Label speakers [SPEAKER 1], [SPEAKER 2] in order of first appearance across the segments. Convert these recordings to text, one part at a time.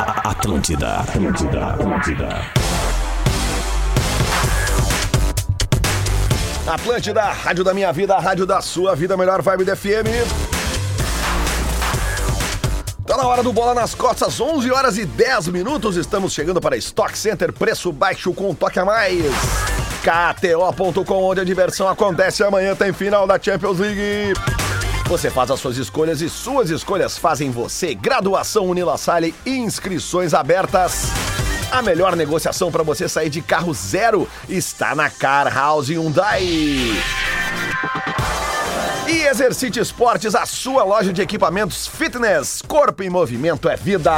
[SPEAKER 1] Atlântida, Atlântida, Atlântida.
[SPEAKER 2] Atlântida, a rádio da minha vida, a rádio da sua vida, melhor vibe da FM. Tá na hora do Bola nas Costas, 11 horas e 10 minutos. Estamos chegando para Stock Center, preço baixo com um toque a mais. KTO.com, onde a diversão acontece. Amanhã tem final da Champions League. Você faz as suas escolhas e suas escolhas fazem você. Graduação Unila Salle, inscrições abertas. A melhor negociação para você sair de carro zero está na Car House Hyundai. E Exercite Esportes, a sua loja de equipamentos fitness. Corpo em movimento é vida.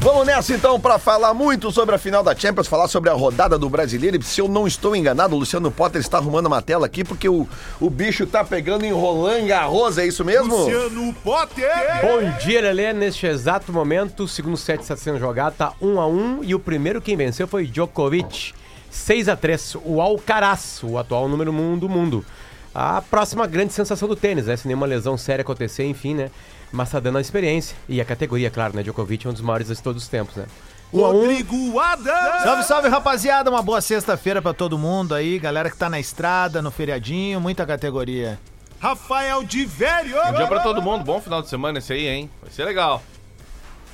[SPEAKER 2] Vamos nessa então para falar muito sobre a final da Champions, falar sobre a rodada do brasileiro. E se eu não estou enganado, o Luciano Potter está arrumando uma tela aqui porque o, o bicho tá pegando em Roland Garros, é isso mesmo?
[SPEAKER 3] Luciano Potter!
[SPEAKER 4] Bom dia, Lelê. Neste exato momento, o segundo set está sendo jogado, tá 1 a 1 e o primeiro quem venceu foi Djokovic. 6 a 3 o Alcaraz, o atual número 1 do mundo. A próxima grande sensação do tênis, né? Se nenhuma lesão séria acontecer, enfim, né? Mas tá dando a experiência e a categoria, claro, né? Djokovic é um dos maiores de todos os tempos, né? 1 a 1
[SPEAKER 3] Rodrigo Adams!
[SPEAKER 5] Salve, salve, rapaziada. Uma boa sexta-feira pra todo mundo aí. Galera que tá na estrada, no feriadinho, muita categoria.
[SPEAKER 3] Rafael de Velho!
[SPEAKER 6] Bom Um dia pra todo mundo, bom final de semana esse aí, hein? Vai ser legal.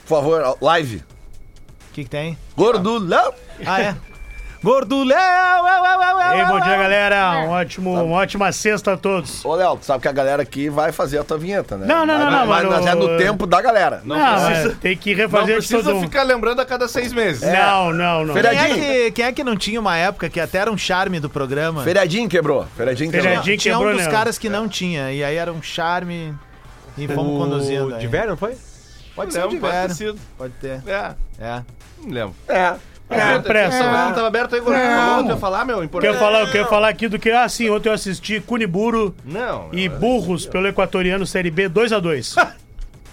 [SPEAKER 2] Por favor, live.
[SPEAKER 5] O que, que tem?
[SPEAKER 2] Gordo, não.
[SPEAKER 5] Ah, é? Gorduleu! ué, ué, ué, ué,
[SPEAKER 7] Ei, bom
[SPEAKER 5] ué,
[SPEAKER 7] dia,
[SPEAKER 5] ué.
[SPEAKER 7] galera. Um ótimo, uma ótima sexta a todos.
[SPEAKER 2] Ô, Léo, tu sabe que a galera aqui vai fazer a tua vinheta, né?
[SPEAKER 7] Não, não,
[SPEAKER 2] Vai-
[SPEAKER 7] não, não,
[SPEAKER 2] Mas,
[SPEAKER 7] mano,
[SPEAKER 2] mas é no
[SPEAKER 7] eu-
[SPEAKER 2] tempo da galera.
[SPEAKER 6] Não
[SPEAKER 7] Ah,
[SPEAKER 6] precisa,
[SPEAKER 7] é, tem que
[SPEAKER 6] não
[SPEAKER 7] refazer de todo
[SPEAKER 6] precisa
[SPEAKER 7] mundo.
[SPEAKER 6] ficar lembrando a cada seis meses.
[SPEAKER 2] É.
[SPEAKER 7] Não, não, não.
[SPEAKER 2] Feriadinho.
[SPEAKER 5] Quem é, que, quem é que não tinha uma época que até era um charme do programa?
[SPEAKER 2] Feriadinho quebrou. Feriadinho quebrou.
[SPEAKER 7] Feriadinho.
[SPEAKER 5] tinha
[SPEAKER 7] quebrou,
[SPEAKER 5] um dos
[SPEAKER 7] né?
[SPEAKER 5] caras que não tinha, e aí era um charme e fomos conduzindo.
[SPEAKER 4] O
[SPEAKER 5] aí.
[SPEAKER 4] de velho, não foi?
[SPEAKER 5] Pode ser o
[SPEAKER 6] Lembro,
[SPEAKER 5] de
[SPEAKER 6] pode ter
[SPEAKER 5] velho.
[SPEAKER 6] sido.
[SPEAKER 5] Pode ter.
[SPEAKER 6] É,
[SPEAKER 5] É.
[SPEAKER 6] não lembro.
[SPEAKER 2] É.
[SPEAKER 7] Não tem pressa,
[SPEAKER 6] Não,
[SPEAKER 2] né?
[SPEAKER 7] mano.
[SPEAKER 6] tava aberto aí, Gordo. Falou, tu ia falar, meu? Importante.
[SPEAKER 7] Quero falar, quero falar aqui do que. Ah, sim, ontem eu assisti Cuniburo
[SPEAKER 6] Não. é
[SPEAKER 7] e
[SPEAKER 6] não,
[SPEAKER 7] Burros pelo Equatoriano Série B 2x2.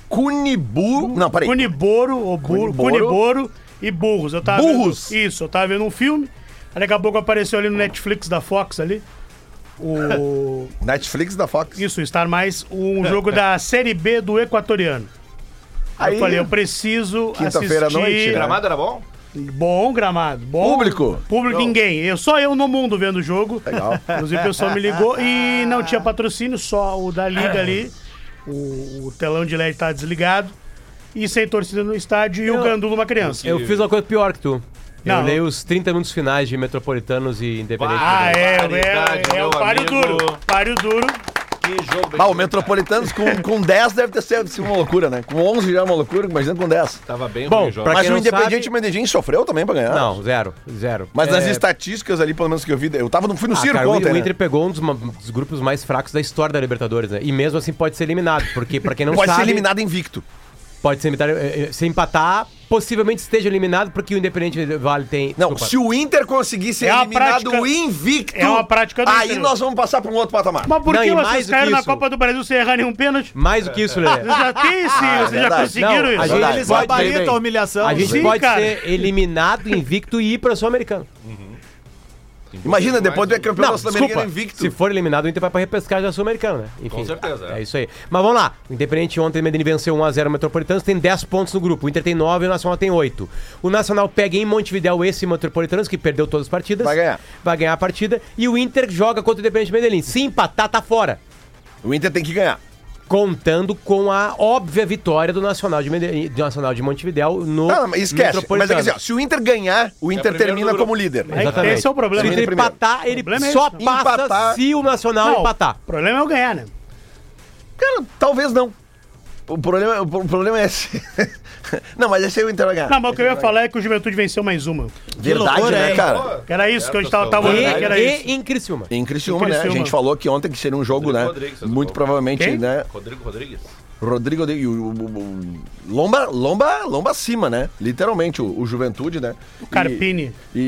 [SPEAKER 2] Cunibu. Não, peraí.
[SPEAKER 7] Cuniboro, ou
[SPEAKER 2] Cuniboro.
[SPEAKER 7] Burro, Cuniboro e Burros. Eu tava
[SPEAKER 2] Burros?
[SPEAKER 7] vendo- isso, eu tava vendo um filme. Aí daqui a pouco apareceu ali no Netflix da Fox ali. O.
[SPEAKER 2] Netflix da Fox.
[SPEAKER 7] Isso, Star Mais, um
[SPEAKER 2] É.
[SPEAKER 7] jogo da Série B do Equatoriano.
[SPEAKER 2] Aí,
[SPEAKER 7] eu falei, eu preciso
[SPEAKER 2] Quinta-feira à
[SPEAKER 7] assistir.
[SPEAKER 2] noite, né?
[SPEAKER 6] Gramado era bom?
[SPEAKER 7] Bom gramado. Bom,
[SPEAKER 2] Público?
[SPEAKER 7] Público, ninguém. Eu, só eu no mundo vendo o jogo.
[SPEAKER 2] Legal.
[SPEAKER 7] Inclusive, o pessoal me ligou e não tinha patrocínio, só o da liga ali. O, o telão de LED tá desligado. E sem torcida no estádio e o Gandula uma criança.
[SPEAKER 4] Eu fiz uma coisa pior que tu. Eu
[SPEAKER 7] Não.
[SPEAKER 4] leio os 30 minutos finais de Metropolitanos e Independente.
[SPEAKER 7] Ah, é,
[SPEAKER 6] Barbaridade,
[SPEAKER 7] é, é o
[SPEAKER 6] meu
[SPEAKER 7] páreo
[SPEAKER 6] amigo.
[SPEAKER 7] duro. Páreo duro.
[SPEAKER 6] Que jogo bem
[SPEAKER 2] Ah, o Metropolitanos com, com 10 deve ter sido sido uma loucura, né? Com 11 já é uma loucura, imagina com 10.
[SPEAKER 6] Tava bem
[SPEAKER 4] Bom,
[SPEAKER 6] ruim o jogo.
[SPEAKER 4] pra-
[SPEAKER 2] Mas
[SPEAKER 4] quem
[SPEAKER 2] o
[SPEAKER 4] não
[SPEAKER 2] Independiente
[SPEAKER 4] sabe-
[SPEAKER 2] Medellín sofreu também pra ganhar.
[SPEAKER 4] Não, zero, zero.
[SPEAKER 2] Mas nas
[SPEAKER 4] É,
[SPEAKER 2] estatísticas ali, pelo menos que eu vi, eu tava, não fui no
[SPEAKER 4] Ah,
[SPEAKER 2] circo
[SPEAKER 4] cara, o-
[SPEAKER 2] ontem,
[SPEAKER 4] o
[SPEAKER 2] né?
[SPEAKER 4] Inter pegou um dos, ma- dos grupos mais fracos da história da Libertadores, né? E mesmo assim pode ser eliminado, porque pra quem não
[SPEAKER 2] Pode
[SPEAKER 4] sabe,
[SPEAKER 2] ser eliminado invicto.
[SPEAKER 4] pode ser eliminado, eh, eh, se empatar, possivelmente esteja eliminado porque o Independente Vale tem
[SPEAKER 2] Não,
[SPEAKER 4] desculpa.
[SPEAKER 2] se o Inter conseguir ser
[SPEAKER 7] É uma
[SPEAKER 2] eliminado
[SPEAKER 7] prática-
[SPEAKER 2] invicto,
[SPEAKER 7] é uma prática do
[SPEAKER 2] aí
[SPEAKER 7] Inter.
[SPEAKER 2] nós vamos passar pra um outro patamar.
[SPEAKER 7] Mas por
[SPEAKER 4] Não, e
[SPEAKER 7] que
[SPEAKER 4] mais
[SPEAKER 7] vocês
[SPEAKER 4] do
[SPEAKER 7] caíram
[SPEAKER 4] que
[SPEAKER 7] na
[SPEAKER 4] isso-
[SPEAKER 7] Copa do Brasil sem errar nenhum pênalti?
[SPEAKER 4] Mais do que isso, Lelê.
[SPEAKER 7] Vocês já têm esse,
[SPEAKER 2] Ah, é
[SPEAKER 7] vocês já
[SPEAKER 2] verdade.
[SPEAKER 4] Não,
[SPEAKER 7] conseguiram
[SPEAKER 4] a
[SPEAKER 7] isso.
[SPEAKER 4] gente-
[SPEAKER 2] Verdade.
[SPEAKER 5] Eles
[SPEAKER 4] Pode-
[SPEAKER 5] gabaritam a
[SPEAKER 4] bem.
[SPEAKER 5] humilhação.
[SPEAKER 4] A gente
[SPEAKER 7] Sim,
[SPEAKER 4] pode
[SPEAKER 7] cara.
[SPEAKER 4] ser eliminado, invicto e ir para o Sul-Americano.
[SPEAKER 2] Imagina, depois do campeonato sul-americano invicto.
[SPEAKER 4] se for eliminado, o Inter vai para repescagem da Sul-Americana, né? Enfim,
[SPEAKER 6] certeza,
[SPEAKER 4] É.
[SPEAKER 6] é.
[SPEAKER 4] isso aí. Mas vamos lá. O Independente ontem, o Medellín venceu 1x0 o Metropolitano, tem 10 pontos no grupo. O Inter tem 9 e o Nacional tem 8. O Nacional pega em Montevideo esse Metropolitano, que perdeu todas as partidas.
[SPEAKER 2] Vai ganhar.
[SPEAKER 4] Vai ganhar a partida. E o Inter joga contra o Independente Medellín. Se empatar, tá fora.
[SPEAKER 2] O Inter tem que ganhar.
[SPEAKER 4] Contando com a óbvia vitória do Nacional de, Medellín, do Nacional de Montevideo no
[SPEAKER 2] Não, não, mas esquece. Mas é que assim, ó, se o Inter ganhar, o Inter
[SPEAKER 6] primeiro
[SPEAKER 2] termina
[SPEAKER 6] do grupo.
[SPEAKER 2] como líder.
[SPEAKER 7] É que Esse é o problema.
[SPEAKER 4] Se o
[SPEAKER 2] Termina
[SPEAKER 4] Inter
[SPEAKER 2] em primeiro.
[SPEAKER 4] empatar, ele
[SPEAKER 7] O problema é
[SPEAKER 4] só
[SPEAKER 7] isso, né?
[SPEAKER 4] passa
[SPEAKER 2] Empatar.
[SPEAKER 4] se o Nacional
[SPEAKER 7] Não,
[SPEAKER 4] empatar.
[SPEAKER 7] O problema é eu ganhar, né?
[SPEAKER 2] Cara, talvez não. O problema, o problema é esse. não, mas esse aí o Inter vai ganhar.
[SPEAKER 7] Não, mas o é, que eu ia falar é que o Juventude venceu mais uma.
[SPEAKER 2] Verdade,
[SPEAKER 5] loucura,
[SPEAKER 2] né,
[SPEAKER 5] hein?
[SPEAKER 2] cara?
[SPEAKER 7] Era isso que a gente tava,
[SPEAKER 6] É
[SPEAKER 7] tava
[SPEAKER 4] E,
[SPEAKER 7] olhando, que era
[SPEAKER 4] e
[SPEAKER 7] isso.
[SPEAKER 4] em Criciúma.
[SPEAKER 2] Em Criciúma,
[SPEAKER 7] Em
[SPEAKER 2] né? A
[SPEAKER 7] Criciúma.
[SPEAKER 2] gente falou que ontem que seria um jogo,
[SPEAKER 6] Rodrigo
[SPEAKER 2] né?
[SPEAKER 6] Rodrigues, vocês
[SPEAKER 2] Muito
[SPEAKER 6] falam.
[SPEAKER 2] provavelmente,
[SPEAKER 7] Quem?
[SPEAKER 2] né?
[SPEAKER 6] Rodrigo Rodrigues?
[SPEAKER 2] Rodrigo e o, o- o- o- lomba, lomba, lomba acima, né? Literalmente o, o Juventude, né? O
[SPEAKER 7] Carpini.
[SPEAKER 2] E,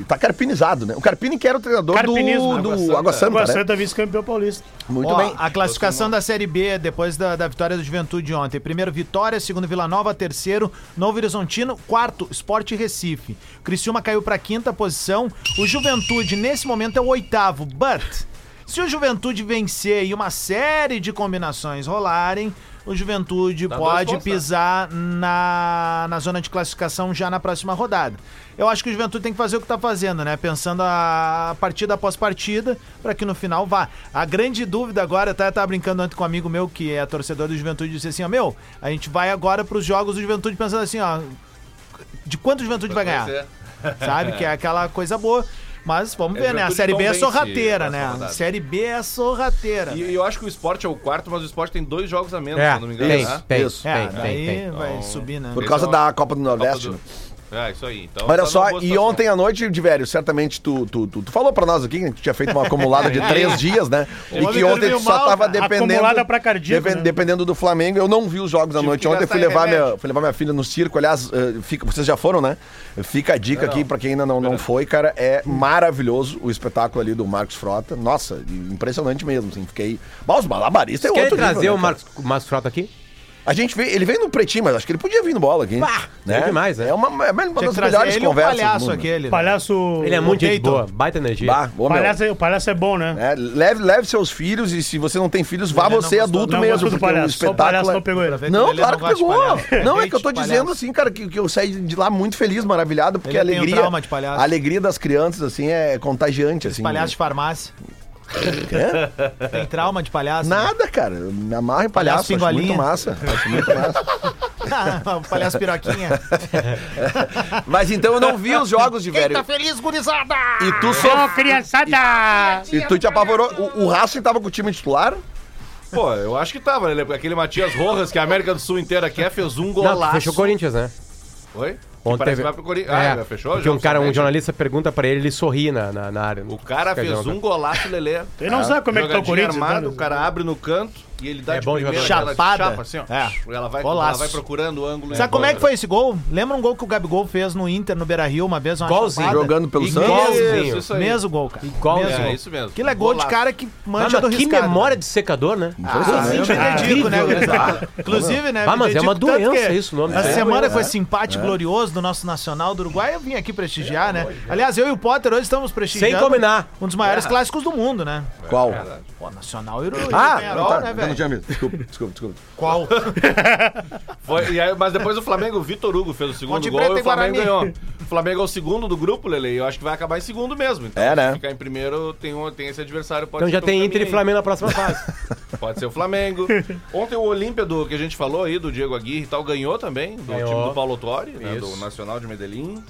[SPEAKER 2] e tá carpinizado, né? O Carpini que era o treinador do,
[SPEAKER 7] Carpinismo,
[SPEAKER 2] do
[SPEAKER 6] Água
[SPEAKER 2] Água
[SPEAKER 6] Santa.
[SPEAKER 2] Santa,
[SPEAKER 7] O Água
[SPEAKER 2] né?
[SPEAKER 7] Santa tá vice-campeão paulista.
[SPEAKER 2] Muito
[SPEAKER 5] Ó,
[SPEAKER 2] bem.
[SPEAKER 5] A classificação da Série B depois da, da vitória do Juventude ontem. Primeiro, Vitória. Segundo, Vila Nova. Terceiro, Novo Horizontino. Quarto, Sport Recife. Criciúma caiu para quinta posição. O Juventude, nesse momento, é o oitavo. But. Se o Juventude vencer e uma série de combinações rolarem, o Juventude
[SPEAKER 6] Dá dois
[SPEAKER 5] pode
[SPEAKER 6] pontos, né?
[SPEAKER 5] pisar na, na zona de classificação já na próxima rodada. Eu acho que o Juventude tem que fazer o que está fazendo, né? Pensando a partida após partida, para que no final vá. A grande dúvida agora, eu até estava brincando antes com um amigo meu, que é torcedor do Juventude, disse assim: ó, meu, a gente vai agora para os jogos do Juventude pensando assim, ó, de quanto o Juventude vai ganhar? sabe? Que é aquela coisa boa. Mas vamos
[SPEAKER 6] É,
[SPEAKER 5] ver, né? A
[SPEAKER 6] Juventude
[SPEAKER 5] Série B é
[SPEAKER 6] Tombense,
[SPEAKER 5] sorrateira,
[SPEAKER 6] próxima
[SPEAKER 5] né? A
[SPEAKER 6] rodada.
[SPEAKER 5] Série B é sorrateira.
[SPEAKER 6] E e eu acho que o esporte é o quarto, mas o esporte tem dois jogos a menos, se
[SPEAKER 4] É,
[SPEAKER 6] eu não me engano,
[SPEAKER 4] tem,
[SPEAKER 6] né?
[SPEAKER 4] tem,
[SPEAKER 2] Isso.
[SPEAKER 5] é,
[SPEAKER 4] tem,
[SPEAKER 5] daí
[SPEAKER 4] tem, tem.
[SPEAKER 5] vai
[SPEAKER 6] Então,
[SPEAKER 5] subir, né?
[SPEAKER 2] Por
[SPEAKER 6] Esse
[SPEAKER 2] causa
[SPEAKER 6] é o-
[SPEAKER 2] da Copa do
[SPEAKER 6] Copa
[SPEAKER 2] Nordeste.
[SPEAKER 6] do-
[SPEAKER 2] né?
[SPEAKER 6] É, isso aí. Então,
[SPEAKER 2] Olha
[SPEAKER 6] tá
[SPEAKER 2] só,
[SPEAKER 6] numa boa
[SPEAKER 2] e
[SPEAKER 6] situação.
[SPEAKER 2] ontem à noite, Diverio, certamente tu, tu, tu, tu falou pra nós aqui que tu tinha feito uma acumulada de três dias, né? E que
[SPEAKER 5] homem
[SPEAKER 2] ontem tu
[SPEAKER 5] dormiu
[SPEAKER 2] só
[SPEAKER 5] mal,
[SPEAKER 2] tava
[SPEAKER 5] cara.
[SPEAKER 2] dependendo.
[SPEAKER 7] Acumulada pra cardíaco, né?
[SPEAKER 2] Dependendo do Flamengo, eu não vi os jogos à
[SPEAKER 6] Tive
[SPEAKER 2] noite.
[SPEAKER 6] que
[SPEAKER 2] Ontem fui
[SPEAKER 6] gastar
[SPEAKER 2] levar,
[SPEAKER 6] remédio.
[SPEAKER 2] minha, fui levar minha filha no circo. Aliás, eh, fica, vocês já foram, né? Fica a dica aqui pra quem ainda não, não foi, cara. É maravilhoso o espetáculo ali do Marcos Frota. Nossa, impressionante mesmo, assim. Fiquei. Mas os malabaristas é
[SPEAKER 4] Quer
[SPEAKER 2] outro nível,
[SPEAKER 4] trazer
[SPEAKER 2] né,
[SPEAKER 4] o
[SPEAKER 2] cara?
[SPEAKER 4] Marcos, Marcos Frota aqui?
[SPEAKER 2] A gente vê, ele veio no pretinho, mas acho que ele podia vir no bola aqui.
[SPEAKER 4] Bah, veio demais, né?
[SPEAKER 2] É uma, é uma
[SPEAKER 5] Tinha
[SPEAKER 2] das
[SPEAKER 5] que trazer
[SPEAKER 2] melhores
[SPEAKER 5] ele e o
[SPEAKER 2] conversas. do
[SPEAKER 5] palhaço
[SPEAKER 2] mundo.
[SPEAKER 5] aquele. né?
[SPEAKER 7] Palhaço.
[SPEAKER 4] Ele é muito gente
[SPEAKER 5] Potato.
[SPEAKER 4] boa, baita energia.
[SPEAKER 2] Bah, ô,
[SPEAKER 7] O
[SPEAKER 2] meu.
[SPEAKER 7] palhaço, é- o palhaço é bom, né?
[SPEAKER 2] É, leve, leve seus filhos e se você não tem filhos, vá
[SPEAKER 5] Ele não
[SPEAKER 2] você
[SPEAKER 5] gostou,
[SPEAKER 2] adulto
[SPEAKER 7] não
[SPEAKER 2] mesmo,
[SPEAKER 7] gostou do
[SPEAKER 2] porque o
[SPEAKER 7] palhaço. Só o
[SPEAKER 2] espetáculo...
[SPEAKER 7] palhaço
[SPEAKER 2] é-
[SPEAKER 7] não pegou ele.
[SPEAKER 5] Pra ver
[SPEAKER 2] Não,
[SPEAKER 5] ele
[SPEAKER 2] claro que
[SPEAKER 5] gosta de
[SPEAKER 2] pegou.
[SPEAKER 5] palhaço.
[SPEAKER 2] Não, é
[SPEAKER 5] Hate
[SPEAKER 2] que eu tô
[SPEAKER 5] de
[SPEAKER 2] dizendo
[SPEAKER 5] palhaço.
[SPEAKER 2] assim, cara, que, que eu saí de lá muito feliz, maravilhado, porque a
[SPEAKER 5] Ele tem um
[SPEAKER 2] alegria,
[SPEAKER 5] trauma de palhaço.
[SPEAKER 2] a alegria das crianças, assim, é contagiante, assim.
[SPEAKER 5] Palhaço de farmácia. Tem trauma de palhaço?
[SPEAKER 2] Nada, cara. Eu Me amarra em palhaço,
[SPEAKER 5] Palhaço
[SPEAKER 2] acho muito
[SPEAKER 5] pingolinha.
[SPEAKER 2] massa. Acho muito massa.
[SPEAKER 5] Ah, o palhaço piroquinha.
[SPEAKER 2] Mas então eu não vi os jogos de velho.
[SPEAKER 5] tá feliz, gurizada?
[SPEAKER 2] E tu
[SPEAKER 7] Ô,
[SPEAKER 2] só...
[SPEAKER 7] criançada!
[SPEAKER 2] E tu te apavorou. O, o Racing tava com o time titular?
[SPEAKER 6] Pô, eu acho que tava, né? Aquele Matias Rojas, que a América do Sul inteira quer, fez um
[SPEAKER 4] Não,
[SPEAKER 6] golaço.
[SPEAKER 4] fechou o Corinthians, né?
[SPEAKER 6] Oi? Que
[SPEAKER 4] Ontem
[SPEAKER 6] parece
[SPEAKER 4] teve-
[SPEAKER 6] que vai pro Corinthians.
[SPEAKER 4] É,
[SPEAKER 6] Ah, já fechou?
[SPEAKER 4] Porque
[SPEAKER 6] já
[SPEAKER 4] um cara, um
[SPEAKER 6] oficialmente?
[SPEAKER 4] jornalista pergunta pra ele, ele sorri na, na, na área.
[SPEAKER 6] O cara fez um golaço, Lelê.
[SPEAKER 7] Ele
[SPEAKER 2] Ah.
[SPEAKER 7] não sabe como é que tá o
[SPEAKER 6] Jogadinha
[SPEAKER 7] Corinthians.
[SPEAKER 6] armada,
[SPEAKER 7] né?
[SPEAKER 6] o cara abre no canto e ele dá
[SPEAKER 4] É bom de
[SPEAKER 6] primeira,
[SPEAKER 4] jogar.
[SPEAKER 6] aquela
[SPEAKER 5] Chapada.
[SPEAKER 6] Chapa, assim, ó.
[SPEAKER 5] É.
[SPEAKER 6] Ela vai,
[SPEAKER 5] Golaço.
[SPEAKER 6] ela vai procurando o ângulo.
[SPEAKER 5] Sabe
[SPEAKER 6] É
[SPEAKER 5] como
[SPEAKER 6] bom,
[SPEAKER 5] é que foi esse gol? Lembra um gol que o Gabigol fez no Inter, no Beira-Rio, uma vez? Uma
[SPEAKER 4] Golzinho.
[SPEAKER 5] chapada?
[SPEAKER 2] Jogando pelo
[SPEAKER 4] Igual-
[SPEAKER 2] Santos?
[SPEAKER 6] Isso, isso aí.
[SPEAKER 5] Mesmo gol, cara.
[SPEAKER 4] Igualzinho.
[SPEAKER 5] Mesmo
[SPEAKER 6] É,
[SPEAKER 5] gol.
[SPEAKER 6] isso mesmo.
[SPEAKER 5] Aquilo é gol de
[SPEAKER 6] Golaço.
[SPEAKER 5] cara que
[SPEAKER 4] Ah,
[SPEAKER 5] manja do
[SPEAKER 4] mas que
[SPEAKER 5] riscado.
[SPEAKER 4] memória de secador, né?
[SPEAKER 5] Eu me
[SPEAKER 7] Ah,
[SPEAKER 5] dedico, né, gurizada? Inclusive, né?
[SPEAKER 4] Ah,
[SPEAKER 5] me
[SPEAKER 4] mas é uma
[SPEAKER 5] dedico tanto
[SPEAKER 4] doença
[SPEAKER 5] que
[SPEAKER 4] isso, o nome
[SPEAKER 5] Essa
[SPEAKER 4] disso.
[SPEAKER 5] semana foi simpático, glorioso do nosso Nacional do Uruguai. Eu vim aqui prestigiar, né? Aliás, eu e o Potter hoje estamos prestigiando.
[SPEAKER 4] Sem combinar.
[SPEAKER 5] Um dos maiores clássicos do mundo, né?
[SPEAKER 2] Qual?
[SPEAKER 5] Pô, Nacional e Uruguai.
[SPEAKER 2] Ah,
[SPEAKER 5] Penharol,
[SPEAKER 2] não, tá,
[SPEAKER 5] né,
[SPEAKER 2] eu não
[SPEAKER 5] velho? Tá.
[SPEAKER 2] tinha visto. Desculpa, desculpa, desculpa.
[SPEAKER 5] Qual?
[SPEAKER 6] Foi- e aí- mas depois o Flamengo, o Vitor Hugo fez o segundo
[SPEAKER 5] Ponte
[SPEAKER 6] gol
[SPEAKER 5] Preta
[SPEAKER 6] e
[SPEAKER 5] e
[SPEAKER 6] o Flamengo
[SPEAKER 5] Guarani.
[SPEAKER 6] ganhou. O Flamengo é o segundo do grupo, Lele, e eu acho que vai acabar em segundo mesmo. Então,
[SPEAKER 2] É,
[SPEAKER 6] se
[SPEAKER 2] né?
[SPEAKER 6] ficar em primeiro, tem, um, tem esse adversário. Pode
[SPEAKER 4] Então
[SPEAKER 6] ser
[SPEAKER 4] já
[SPEAKER 6] pelo
[SPEAKER 4] tem Inter e
[SPEAKER 6] caminho aí.
[SPEAKER 4] Flamengo na próxima fase.
[SPEAKER 6] Pode ser o Flamengo. Ontem o Olímpia, do que a gente falou aí, do Diego Aguirre e tal, ganhou também, do
[SPEAKER 4] Ganhou.
[SPEAKER 6] time do Paulo Autori, né,
[SPEAKER 4] Isso.
[SPEAKER 6] do Nacional de Medellín.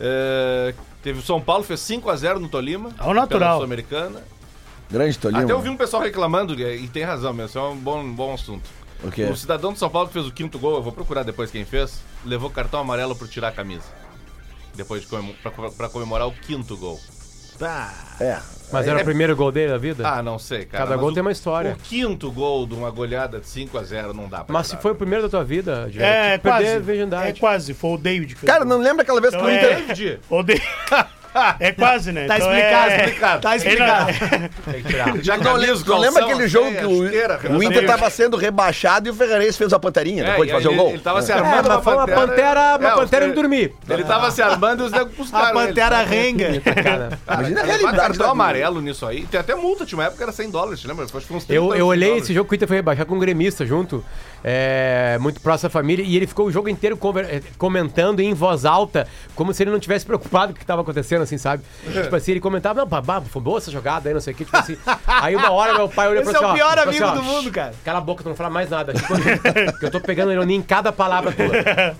[SPEAKER 6] É, teve o São Paulo, fez 5x0 no Tolima.
[SPEAKER 7] Ao natural.
[SPEAKER 6] pela Sul-Americana.
[SPEAKER 2] Grande Tolima.
[SPEAKER 6] Até eu vi um pessoal reclamando, e tem razão mesmo, isso é um bom, um bom assunto.
[SPEAKER 2] O quê?
[SPEAKER 6] O cidadão de São Paulo que fez o quinto gol, eu vou procurar depois quem fez, levou cartão amarelo por tirar a camisa. Depois de comem- pra, pra comemorar o quinto gol.
[SPEAKER 7] Tá
[SPEAKER 5] Tá
[SPEAKER 2] É.
[SPEAKER 4] Mas era o primeiro gol dele da vida?
[SPEAKER 6] Ah, não sei, cara.
[SPEAKER 4] Cada
[SPEAKER 6] mas
[SPEAKER 4] gol
[SPEAKER 6] o-
[SPEAKER 4] tem uma história.
[SPEAKER 6] O quinto gol de uma goleada de 5x0 não dá pra
[SPEAKER 4] Mas se
[SPEAKER 6] tirar.
[SPEAKER 4] foi o primeiro da tua vida, Diego,
[SPEAKER 7] É,
[SPEAKER 4] tipo, perder a
[SPEAKER 7] quase. É
[SPEAKER 4] virgindade.
[SPEAKER 7] quase. Foi o David. que fez.
[SPEAKER 2] Cara, não lembra aquela vez que
[SPEAKER 7] Então
[SPEAKER 2] o Inter.
[SPEAKER 7] é...
[SPEAKER 6] David,
[SPEAKER 7] O David. É quase, né?
[SPEAKER 5] Tá
[SPEAKER 7] Então
[SPEAKER 5] explicado,
[SPEAKER 7] é-
[SPEAKER 6] explicado.
[SPEAKER 5] Tá
[SPEAKER 7] Ele
[SPEAKER 5] explicado.
[SPEAKER 7] não-
[SPEAKER 6] Tem que tirar. Já
[SPEAKER 2] Tu não lembra,
[SPEAKER 6] camisa,
[SPEAKER 2] tu lembra
[SPEAKER 6] calção,
[SPEAKER 2] aquele jogo que
[SPEAKER 6] até a
[SPEAKER 2] o,
[SPEAKER 6] chuteira,
[SPEAKER 2] o
[SPEAKER 6] cara.
[SPEAKER 2] Inter tava sendo rebaixado e o Ferreirense fez a pantarinha
[SPEAKER 6] É,
[SPEAKER 2] depois de
[SPEAKER 6] e aí
[SPEAKER 2] fazer o
[SPEAKER 6] ele-
[SPEAKER 2] gol?
[SPEAKER 6] Ele tava se
[SPEAKER 4] É,
[SPEAKER 6] armando. É,
[SPEAKER 4] mas foi uma pantera, uma pantera um de dormir.
[SPEAKER 6] Ele tava se armando e os negros buscaram.
[SPEAKER 5] A
[SPEAKER 2] tá
[SPEAKER 5] Pantera
[SPEAKER 6] ele.
[SPEAKER 5] Renga.
[SPEAKER 4] Cara,
[SPEAKER 2] Imagina a
[SPEAKER 6] Ele
[SPEAKER 2] realidade.
[SPEAKER 6] cartão
[SPEAKER 2] da-
[SPEAKER 6] amarelo nisso aí. Tem até multa, tinha uma época que era 100 dólares, te lembra? Acho que foi uns 30
[SPEAKER 5] um
[SPEAKER 4] eu, eu olhei
[SPEAKER 6] dólares.
[SPEAKER 4] esse jogo que o Inter foi rebaixar com um gremista junto, é, muito próximo da família, e ele ficou o jogo inteiro conver- eh, comentando em voz alta, como se ele não tivesse preocupado com o que estava acontecendo, assim, sabe? Tipo assim, ele comentava, não, babá, foi boa essa jogada aí, não sei o que, tipo assim. Aí uma hora meu pai olhou
[SPEAKER 5] Esse
[SPEAKER 4] pra
[SPEAKER 5] é o pior
[SPEAKER 4] falou assim,
[SPEAKER 5] amigo do
[SPEAKER 4] "Shh,
[SPEAKER 5] mundo, cara."
[SPEAKER 4] Cala a boca, tu não fala mais nada. Tipo, que eu tô pegando ironia em cada palavra tua.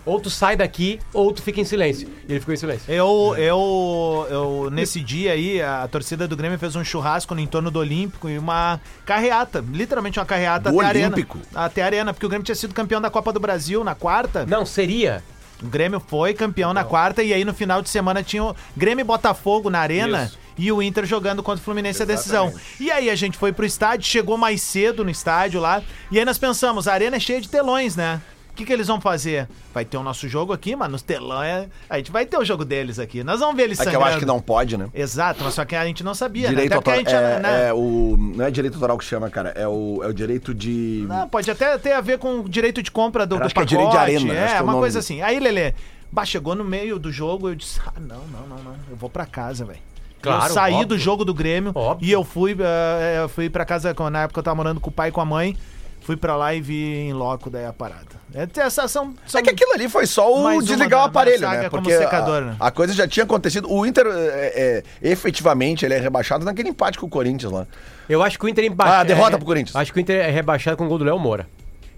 [SPEAKER 4] Ou tu sai daqui, ou tu fica em silêncio. E ele ficou em silêncio.
[SPEAKER 5] Eu, eu, eu, nesse dia aí, a torcida do Grêmio fez um churrasco no entorno do Olímpico e uma carreata, literalmente uma carreata
[SPEAKER 2] Do
[SPEAKER 5] até
[SPEAKER 2] Olímpico?
[SPEAKER 5] a arena. Até a arena, porque o Grêmio tinha sido campeão da Copa do Brasil na quarta.
[SPEAKER 4] Não, seria.
[SPEAKER 5] O Grêmio foi campeão na quarta e aí no final de semana tinha o Grêmio e Botafogo na arena
[SPEAKER 6] Isso.
[SPEAKER 5] e o Inter jogando contra o Fluminense a decisão. E aí a gente foi pro estádio, chegou mais cedo no estádio lá e aí nós pensamos, a arena é cheia de telões, né? O que, que eles vão fazer? Vai ter o nosso jogo aqui, mas nos telões é, a gente vai ter o jogo deles aqui. Nós vamos ver eles
[SPEAKER 2] É que eu
[SPEAKER 5] sangrando.
[SPEAKER 2] acho que não pode, né?
[SPEAKER 5] Exato, mas só que a gente não sabia,
[SPEAKER 2] Direito
[SPEAKER 5] né? tá Até
[SPEAKER 2] autoral.
[SPEAKER 5] porque a gente, né?
[SPEAKER 2] É, é o, não é direito autoral que chama, cara. É o, é o direito de.
[SPEAKER 5] Não, pode até ter a ver com o direito de compra do,
[SPEAKER 2] Cara,
[SPEAKER 5] do
[SPEAKER 2] acho que é direito de arena, acho que
[SPEAKER 5] É,
[SPEAKER 2] é o
[SPEAKER 5] uma
[SPEAKER 2] nome
[SPEAKER 5] coisa
[SPEAKER 2] disso.
[SPEAKER 5] assim. Aí, Lelê, bah, chegou no meio do jogo, eu disse, ah, não, não, não, não, eu vou pra casa, velho.
[SPEAKER 4] Claro,
[SPEAKER 5] eu saí
[SPEAKER 4] óbvio.
[SPEAKER 5] do jogo do Grêmio
[SPEAKER 4] Óbvio.
[SPEAKER 5] e eu fui, eh, eu fui pra casa, quando- na época eu tava morando com o pai e com a mãe, fui pra lá e vi em loco daí a parada. É, essa são, são
[SPEAKER 2] É que aquilo ali foi só o
[SPEAKER 5] Mais uma
[SPEAKER 2] desligar o
[SPEAKER 5] da- da
[SPEAKER 2] aparelho,
[SPEAKER 5] saga
[SPEAKER 2] né?
[SPEAKER 5] como
[SPEAKER 2] Porque a-
[SPEAKER 5] secador, né?
[SPEAKER 2] a, coisa já tinha acontecido. O Inter, é, é, efetivamente, ele é rebaixado naquele empate com o Corinthians lá.
[SPEAKER 4] Eu acho que o Inter embaixo.
[SPEAKER 2] Ah, derrota pro Corinthians.
[SPEAKER 4] Acho que o Inter é rebaixado com o gol do Léo Moura.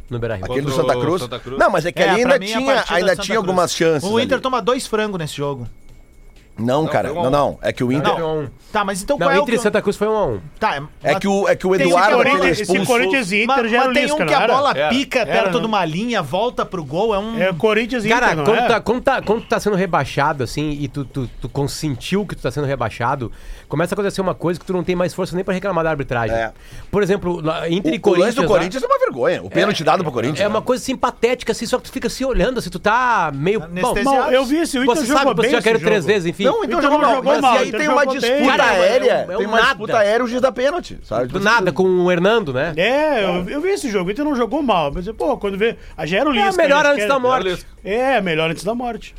[SPEAKER 4] No Beira Rio.
[SPEAKER 2] Aquele do
[SPEAKER 6] Contra o
[SPEAKER 2] Santa Cruz.
[SPEAKER 6] Santa Cruz.
[SPEAKER 2] Não, mas é que
[SPEAKER 5] É,
[SPEAKER 2] ali
[SPEAKER 5] pra
[SPEAKER 2] ainda
[SPEAKER 5] mim, a
[SPEAKER 2] tinha,
[SPEAKER 5] partida
[SPEAKER 2] ainda
[SPEAKER 5] Santa
[SPEAKER 2] tinha
[SPEAKER 5] Cruz.
[SPEAKER 2] algumas chances.
[SPEAKER 5] O Inter
[SPEAKER 2] ali.
[SPEAKER 5] toma dois frangos nesse jogo.
[SPEAKER 2] Não, cara,
[SPEAKER 6] foi um
[SPEAKER 2] não,
[SPEAKER 6] a um.
[SPEAKER 2] não. É que o Inter.
[SPEAKER 4] Foi um a um.
[SPEAKER 5] Tá, mas então
[SPEAKER 4] Não,
[SPEAKER 5] qual é o
[SPEAKER 4] Inter e
[SPEAKER 5] que-
[SPEAKER 4] Santa Cruz foi um a um.
[SPEAKER 5] Tá,
[SPEAKER 2] É que o, é que o
[SPEAKER 7] Esse
[SPEAKER 2] Eduardo
[SPEAKER 7] Corinthians-
[SPEAKER 2] foi
[SPEAKER 7] esse
[SPEAKER 2] expulso.
[SPEAKER 7] Corinthians e Inter
[SPEAKER 5] mas,
[SPEAKER 7] já
[SPEAKER 5] mas
[SPEAKER 7] era
[SPEAKER 5] tem um
[SPEAKER 7] lisca,
[SPEAKER 5] que a
[SPEAKER 7] não era?
[SPEAKER 5] bola
[SPEAKER 6] Era.
[SPEAKER 5] pica
[SPEAKER 7] Era,
[SPEAKER 5] perto
[SPEAKER 7] né?
[SPEAKER 5] de uma linha, volta pro gol, é um...
[SPEAKER 7] É Corinthians e
[SPEAKER 4] Cara,
[SPEAKER 7] Inter, não
[SPEAKER 4] quando,
[SPEAKER 7] é?
[SPEAKER 4] tá, quando, tá, quando tá sendo rebaixado, assim, e tu, tu, tu consentiu que tu tá sendo rebaixado, começa a acontecer uma coisa que tu não tem mais força nem pra reclamar da arbitragem.
[SPEAKER 2] É.
[SPEAKER 4] Por exemplo, lá,
[SPEAKER 2] O, o
[SPEAKER 4] Inter e
[SPEAKER 2] lance
[SPEAKER 4] Corinthians.
[SPEAKER 2] do
[SPEAKER 4] lá,
[SPEAKER 2] Corinthians é uma vergonha. O pênalti dado pro Corinthians.
[SPEAKER 4] é uma
[SPEAKER 2] né?
[SPEAKER 4] coisa assim patética, assim, só que tu fica se olhando, assim, tu tá meio. Bom,
[SPEAKER 5] Anestesiado.
[SPEAKER 7] Bom, eu vi esse, o Inter
[SPEAKER 4] você
[SPEAKER 7] jogou
[SPEAKER 4] sabe que
[SPEAKER 7] bem
[SPEAKER 4] você já
[SPEAKER 7] esse
[SPEAKER 4] quer três
[SPEAKER 7] jogo.
[SPEAKER 4] vezes, enfim.
[SPEAKER 2] Não, então
[SPEAKER 7] Inter
[SPEAKER 2] jogou
[SPEAKER 7] não
[SPEAKER 2] mal.
[SPEAKER 7] jogou
[SPEAKER 2] Mas
[SPEAKER 7] mal,
[SPEAKER 2] e aí
[SPEAKER 7] Inter
[SPEAKER 2] tem uma
[SPEAKER 7] jogou bem.
[SPEAKER 2] disputa
[SPEAKER 4] Cara, é um-
[SPEAKER 2] aérea.
[SPEAKER 4] é um
[SPEAKER 2] tem uma
[SPEAKER 4] nada.
[SPEAKER 2] disputa aérea o juiz dá pênalti, sabe?
[SPEAKER 4] Do nada, com o Hernando, né?
[SPEAKER 7] É, eu, eu vi esse jogo, o Inter não jogou mal. Mas, pô, quando vê. A já era o
[SPEAKER 4] É,
[SPEAKER 7] Lisca.
[SPEAKER 4] melhor
[SPEAKER 7] já
[SPEAKER 4] antes
[SPEAKER 7] quer-
[SPEAKER 4] da morte.
[SPEAKER 6] Lisca.
[SPEAKER 7] É, melhor antes da morte.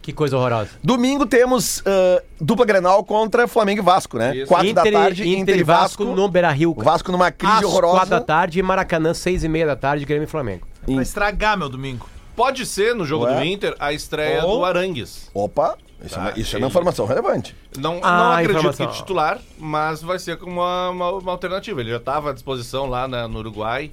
[SPEAKER 4] Que coisa horrorosa.
[SPEAKER 2] Domingo temos ah, dupla Grenal contra Flamengo e Vasco, né?
[SPEAKER 6] Isso.
[SPEAKER 2] Quatro da tarde,
[SPEAKER 4] Inter, e Vasco no Beira Rio.
[SPEAKER 2] O Vasco numa crise
[SPEAKER 4] Às
[SPEAKER 2] horrorosa.
[SPEAKER 4] quatro da tarde, e Maracanã, seis e meia da tarde, Grêmio e Flamengo.
[SPEAKER 5] Vai estragar meu domingo.
[SPEAKER 6] Pode ser, no jogo
[SPEAKER 2] Ué?
[SPEAKER 6] do Inter, a estreia
[SPEAKER 5] Ou-
[SPEAKER 6] do Arangues.
[SPEAKER 2] Opa, isso, é, uma, isso é uma informação relevante.
[SPEAKER 6] Não, não
[SPEAKER 4] Ah,
[SPEAKER 6] acredito
[SPEAKER 4] informação.
[SPEAKER 6] que titular, mas vai ser como uma, uma- uma alternativa. Ele já estava à disposição lá na- no Uruguai,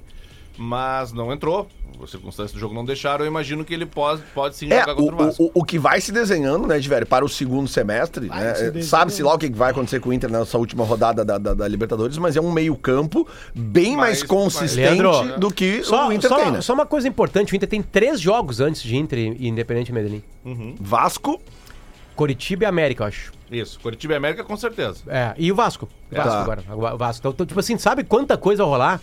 [SPEAKER 6] mas não entrou. As circunstâncias do jogo não deixaram. Eu imagino que ele pode, pode sim
[SPEAKER 2] É,
[SPEAKER 6] jogar
[SPEAKER 2] o,
[SPEAKER 6] contra o Vasco.
[SPEAKER 2] o, o que vai se desenhando, né, Diverio, para o segundo semestre, né,
[SPEAKER 7] se
[SPEAKER 2] é,
[SPEAKER 7] desenhando.
[SPEAKER 2] sabe-se lá o que vai acontecer com o Inter nessa última rodada da, da- da Libertadores, mas é um meio-campo bem mais,
[SPEAKER 6] Mais-
[SPEAKER 2] consistente
[SPEAKER 4] Leandro,
[SPEAKER 2] do que
[SPEAKER 4] Só,
[SPEAKER 2] o Inter
[SPEAKER 4] só-
[SPEAKER 2] tem, né?
[SPEAKER 4] só uma coisa importante: o Inter tem três jogos antes de Inter e Independente Medellín.
[SPEAKER 2] Vasco,
[SPEAKER 4] Coritiba e América, eu acho.
[SPEAKER 6] Isso, Curitiba e América com certeza.
[SPEAKER 4] É, e o Vasco. O Vasco
[SPEAKER 2] Tá.
[SPEAKER 4] agora. O Va- Vasco. Então, Então, tipo assim, sabe quanta coisa vai rolar?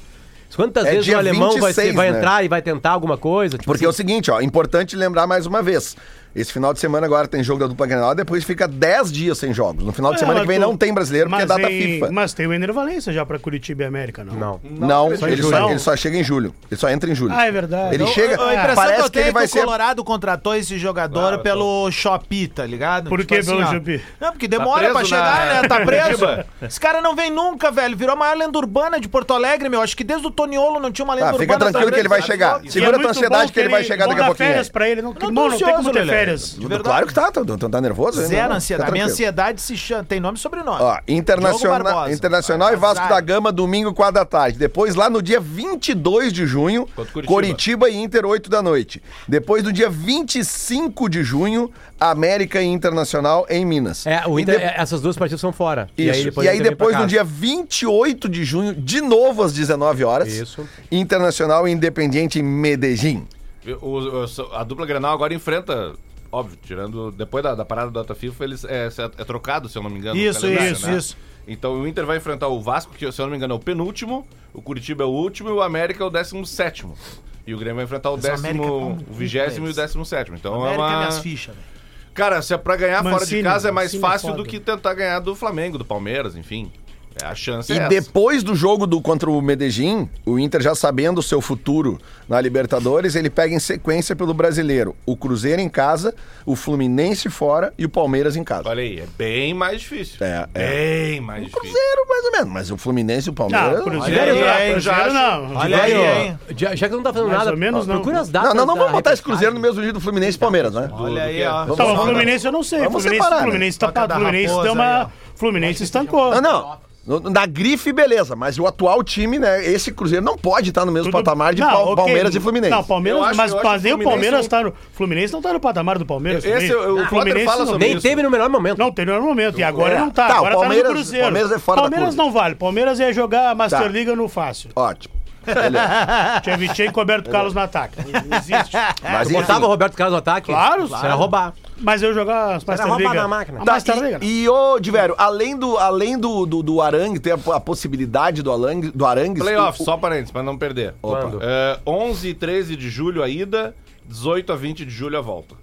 [SPEAKER 4] Quantas
[SPEAKER 2] É
[SPEAKER 4] vezes
[SPEAKER 2] dia
[SPEAKER 4] o alemão vai, ser-
[SPEAKER 2] 26,
[SPEAKER 4] vai
[SPEAKER 2] né?
[SPEAKER 4] entrar e vai tentar alguma coisa? Tipo
[SPEAKER 2] porque é o seguinte, ó, importante lembrar mais uma vez, esse final de semana agora tem jogo da dupla Grenal, depois fica 10 dias sem jogos. No final de semana que vem não tem brasileiro, porque é
[SPEAKER 7] É, mas
[SPEAKER 2] data
[SPEAKER 7] tem-
[SPEAKER 2] FIFA.
[SPEAKER 7] Mas tem o Ender Valência já pra Curitiba e América, não?
[SPEAKER 4] Não.
[SPEAKER 2] Não,
[SPEAKER 7] Só em
[SPEAKER 2] ele,
[SPEAKER 7] julho.
[SPEAKER 2] só,
[SPEAKER 7] Não.
[SPEAKER 2] ele só chega em julho. Ele só entra em julho.
[SPEAKER 7] Ah, é verdade.
[SPEAKER 2] Ele
[SPEAKER 7] Eu-
[SPEAKER 2] chega,
[SPEAKER 5] A
[SPEAKER 2] parece
[SPEAKER 5] impressão que eu
[SPEAKER 2] que, ele
[SPEAKER 5] tenho é
[SPEAKER 2] vai
[SPEAKER 5] que o
[SPEAKER 2] ser...
[SPEAKER 5] Colorado contratou esse jogador
[SPEAKER 6] Ah, eu tô-
[SPEAKER 5] pelo Shopee, tá ligado?
[SPEAKER 7] Por que pelo
[SPEAKER 5] ó,
[SPEAKER 7] Shopee?
[SPEAKER 5] Não, porque demora
[SPEAKER 6] preso
[SPEAKER 5] pra
[SPEAKER 6] na-
[SPEAKER 5] chegar, né? Tá
[SPEAKER 6] Curitiba.
[SPEAKER 5] preso. Esse cara não vem nunca, velho. Virou a maior lenda urbana de Porto Alegre, meu. Acho que desde o Toniolo não tinha uma lenda
[SPEAKER 2] Ah,
[SPEAKER 5] urbana.
[SPEAKER 2] fica tranquilo
[SPEAKER 5] tão
[SPEAKER 2] que ele vai
[SPEAKER 5] grande.
[SPEAKER 2] chegar.
[SPEAKER 7] E
[SPEAKER 2] Segura
[SPEAKER 7] é
[SPEAKER 2] a tua
[SPEAKER 7] muito
[SPEAKER 2] ansiedade
[SPEAKER 7] bom
[SPEAKER 2] que ele vai chegar
[SPEAKER 7] bom
[SPEAKER 2] daqui a
[SPEAKER 7] dar
[SPEAKER 2] pouquinho.
[SPEAKER 7] férias pra ele. Não,
[SPEAKER 5] Eu
[SPEAKER 7] tem-
[SPEAKER 5] não
[SPEAKER 7] irmão,
[SPEAKER 5] tô
[SPEAKER 7] não tem
[SPEAKER 5] ansioso,
[SPEAKER 7] como ter
[SPEAKER 5] Lelé.
[SPEAKER 7] férias.
[SPEAKER 5] De verdade.
[SPEAKER 2] Claro que tá, tu, tu tá nervoso? hein?
[SPEAKER 5] Zero
[SPEAKER 2] Não,
[SPEAKER 5] ansiedade.
[SPEAKER 2] fica
[SPEAKER 5] Minha
[SPEAKER 2] tranquilo.
[SPEAKER 5] ansiedade se chama, tem nome e sobrenome.
[SPEAKER 2] Ó,
[SPEAKER 5] Diogo
[SPEAKER 2] Internacional,
[SPEAKER 5] Barbosa.
[SPEAKER 2] Internacional e
[SPEAKER 5] Azar.
[SPEAKER 2] Vasco da Gama, domingo, 4 da tarde. Depois, lá no dia 22 de junho,
[SPEAKER 6] Contra o
[SPEAKER 2] Curitiba.
[SPEAKER 6] Curitiba.
[SPEAKER 2] e Inter, 8 da noite. Depois, do dia 25 de junho, América e Internacional em Minas.
[SPEAKER 4] É, o
[SPEAKER 2] E
[SPEAKER 4] Inter,
[SPEAKER 2] de-
[SPEAKER 4] é, essas duas partidas são fora.
[SPEAKER 2] Isso. E aí depois, um
[SPEAKER 4] o Inter vem pra
[SPEAKER 2] no
[SPEAKER 4] casa.
[SPEAKER 2] dia 28 de junho, de novo às 19 horas,
[SPEAKER 4] Isso.
[SPEAKER 2] Internacional e Independiente em Medellín.
[SPEAKER 6] Eu- o- eu sou- a dupla Grenal agora enfrenta, óbvio, tirando depois da, da parada da data FIFA, eles é, é trocado, se eu não me engano. o
[SPEAKER 5] Isso,
[SPEAKER 6] calendário,
[SPEAKER 5] isso, isso.
[SPEAKER 6] Então o Inter vai enfrentar o Vasco, que se eu não me engano é o penúltimo, o Curitiba é o último e o América é o décimo sétimo. E o Grêmio vai enfrentar o
[SPEAKER 5] Mas o América é um
[SPEAKER 6] décimo, o
[SPEAKER 5] grupo
[SPEAKER 6] vigésimo e o
[SPEAKER 5] deles.
[SPEAKER 6] décimo sétimo. Então
[SPEAKER 5] América é
[SPEAKER 6] é
[SPEAKER 5] minhas
[SPEAKER 6] uma...
[SPEAKER 5] fichas, velho.
[SPEAKER 6] Cara, se é pra ganhar fora
[SPEAKER 7] Mancini,
[SPEAKER 6] de casa é mais
[SPEAKER 7] Mancini é
[SPEAKER 6] fácil
[SPEAKER 7] foda.
[SPEAKER 6] do que tentar ganhar do Flamengo, do Palmeiras, enfim. É a chance é
[SPEAKER 2] E
[SPEAKER 6] essa.
[SPEAKER 2] depois do jogo do contra o Medellín, o Inter já sabendo o seu futuro na Libertadores, ele pega em sequência pelo brasileiro. O Cruzeiro em casa, o Fluminense fora e o Palmeiras em casa.
[SPEAKER 6] Olha aí, é bem mais difícil.
[SPEAKER 2] É, é.
[SPEAKER 6] Bem mais difícil.
[SPEAKER 2] Cruzeiro mais ou menos, mas o Fluminense e o Palmeiras...
[SPEAKER 7] Não, Cruzeiro
[SPEAKER 6] Olha aí,
[SPEAKER 7] não.
[SPEAKER 6] É, hein,
[SPEAKER 7] Cruzeiro
[SPEAKER 6] já
[SPEAKER 7] não.
[SPEAKER 5] Olha aí, hein?
[SPEAKER 4] Já, já que não tá fazendo
[SPEAKER 7] Mais
[SPEAKER 4] nada,
[SPEAKER 7] ou menos, não.
[SPEAKER 4] procura as datas.
[SPEAKER 2] não, não, não
[SPEAKER 4] da
[SPEAKER 2] vamos botar esse Cruzeiro no mesmo
[SPEAKER 4] reportagem.
[SPEAKER 2] jeito do Fluminense e Palmeiras, né?
[SPEAKER 5] Olha
[SPEAKER 6] do
[SPEAKER 5] aí,
[SPEAKER 6] quê?
[SPEAKER 5] ó.
[SPEAKER 2] Vamos
[SPEAKER 7] Tá,
[SPEAKER 2] lá,
[SPEAKER 7] o
[SPEAKER 2] vamos lá.
[SPEAKER 7] Fluminense eu não sei.
[SPEAKER 2] Vamos
[SPEAKER 7] Fluminense,
[SPEAKER 2] separar, né?
[SPEAKER 7] Fluminense tá
[SPEAKER 5] Toca
[SPEAKER 7] pra,
[SPEAKER 5] da
[SPEAKER 7] Fluminense
[SPEAKER 5] raposa
[SPEAKER 7] deu uma.
[SPEAKER 5] aí,
[SPEAKER 7] Fluminense estancou.
[SPEAKER 2] Ah, Não, não. No- Na grife, beleza, mas o atual time, né? Esse Cruzeiro não pode estar no mesmo
[SPEAKER 7] Tudo-
[SPEAKER 2] patamar de
[SPEAKER 7] Não,
[SPEAKER 2] Pal-
[SPEAKER 7] ok.
[SPEAKER 2] Palmeiras e Fluminense.
[SPEAKER 7] Não, Palmeiras,
[SPEAKER 6] Eu acho-
[SPEAKER 7] mas,
[SPEAKER 6] eu acho
[SPEAKER 7] mas nem o
[SPEAKER 6] que o Fluminense
[SPEAKER 7] Palmeiras
[SPEAKER 6] não-
[SPEAKER 7] tá no. Fluminense não tá no patamar do Palmeiras.
[SPEAKER 6] Esse é o- o
[SPEAKER 7] Ah,
[SPEAKER 6] Potter fala
[SPEAKER 7] não-
[SPEAKER 6] sobre
[SPEAKER 4] Nem
[SPEAKER 6] Isso.
[SPEAKER 4] teve no melhor momento.
[SPEAKER 7] Não, teve no momento. E agora
[SPEAKER 2] É.
[SPEAKER 7] não tá.
[SPEAKER 2] Tá, o
[SPEAKER 7] agora tá
[SPEAKER 2] Palmeiras-
[SPEAKER 7] no Cruzeiro.
[SPEAKER 2] Palmeiras é fora da
[SPEAKER 7] Palmeiras
[SPEAKER 2] curva.
[SPEAKER 7] não vale. Palmeiras ia jogar a Master
[SPEAKER 2] Tá.
[SPEAKER 7] Liga no fácil.
[SPEAKER 2] Ótimo. Beleza.
[SPEAKER 7] Tinha Vitinho e Roberto Carlos no ataque. Não existe.
[SPEAKER 2] Mas
[SPEAKER 4] Tu botava
[SPEAKER 2] enfim.
[SPEAKER 4] o Roberto Carlos no ataque?
[SPEAKER 7] Claro,
[SPEAKER 4] Será
[SPEAKER 7] claro.
[SPEAKER 4] roubar.
[SPEAKER 7] Mas eu jogar as Master
[SPEAKER 4] roubar
[SPEAKER 7] Liga.
[SPEAKER 4] na máquina.
[SPEAKER 7] A
[SPEAKER 2] Tá,
[SPEAKER 7] Master Liga. né?
[SPEAKER 2] e, e ô, Diverio, além do, além do, do, do Arangue, tem a, a possibilidade do, Alang, do Arangues.
[SPEAKER 6] Playoff,
[SPEAKER 2] o- o-
[SPEAKER 6] só parênteses, pra não perder.
[SPEAKER 4] Quando?
[SPEAKER 6] É, 11 e 13 de julho a ida, 18 a 20 de julho a volta.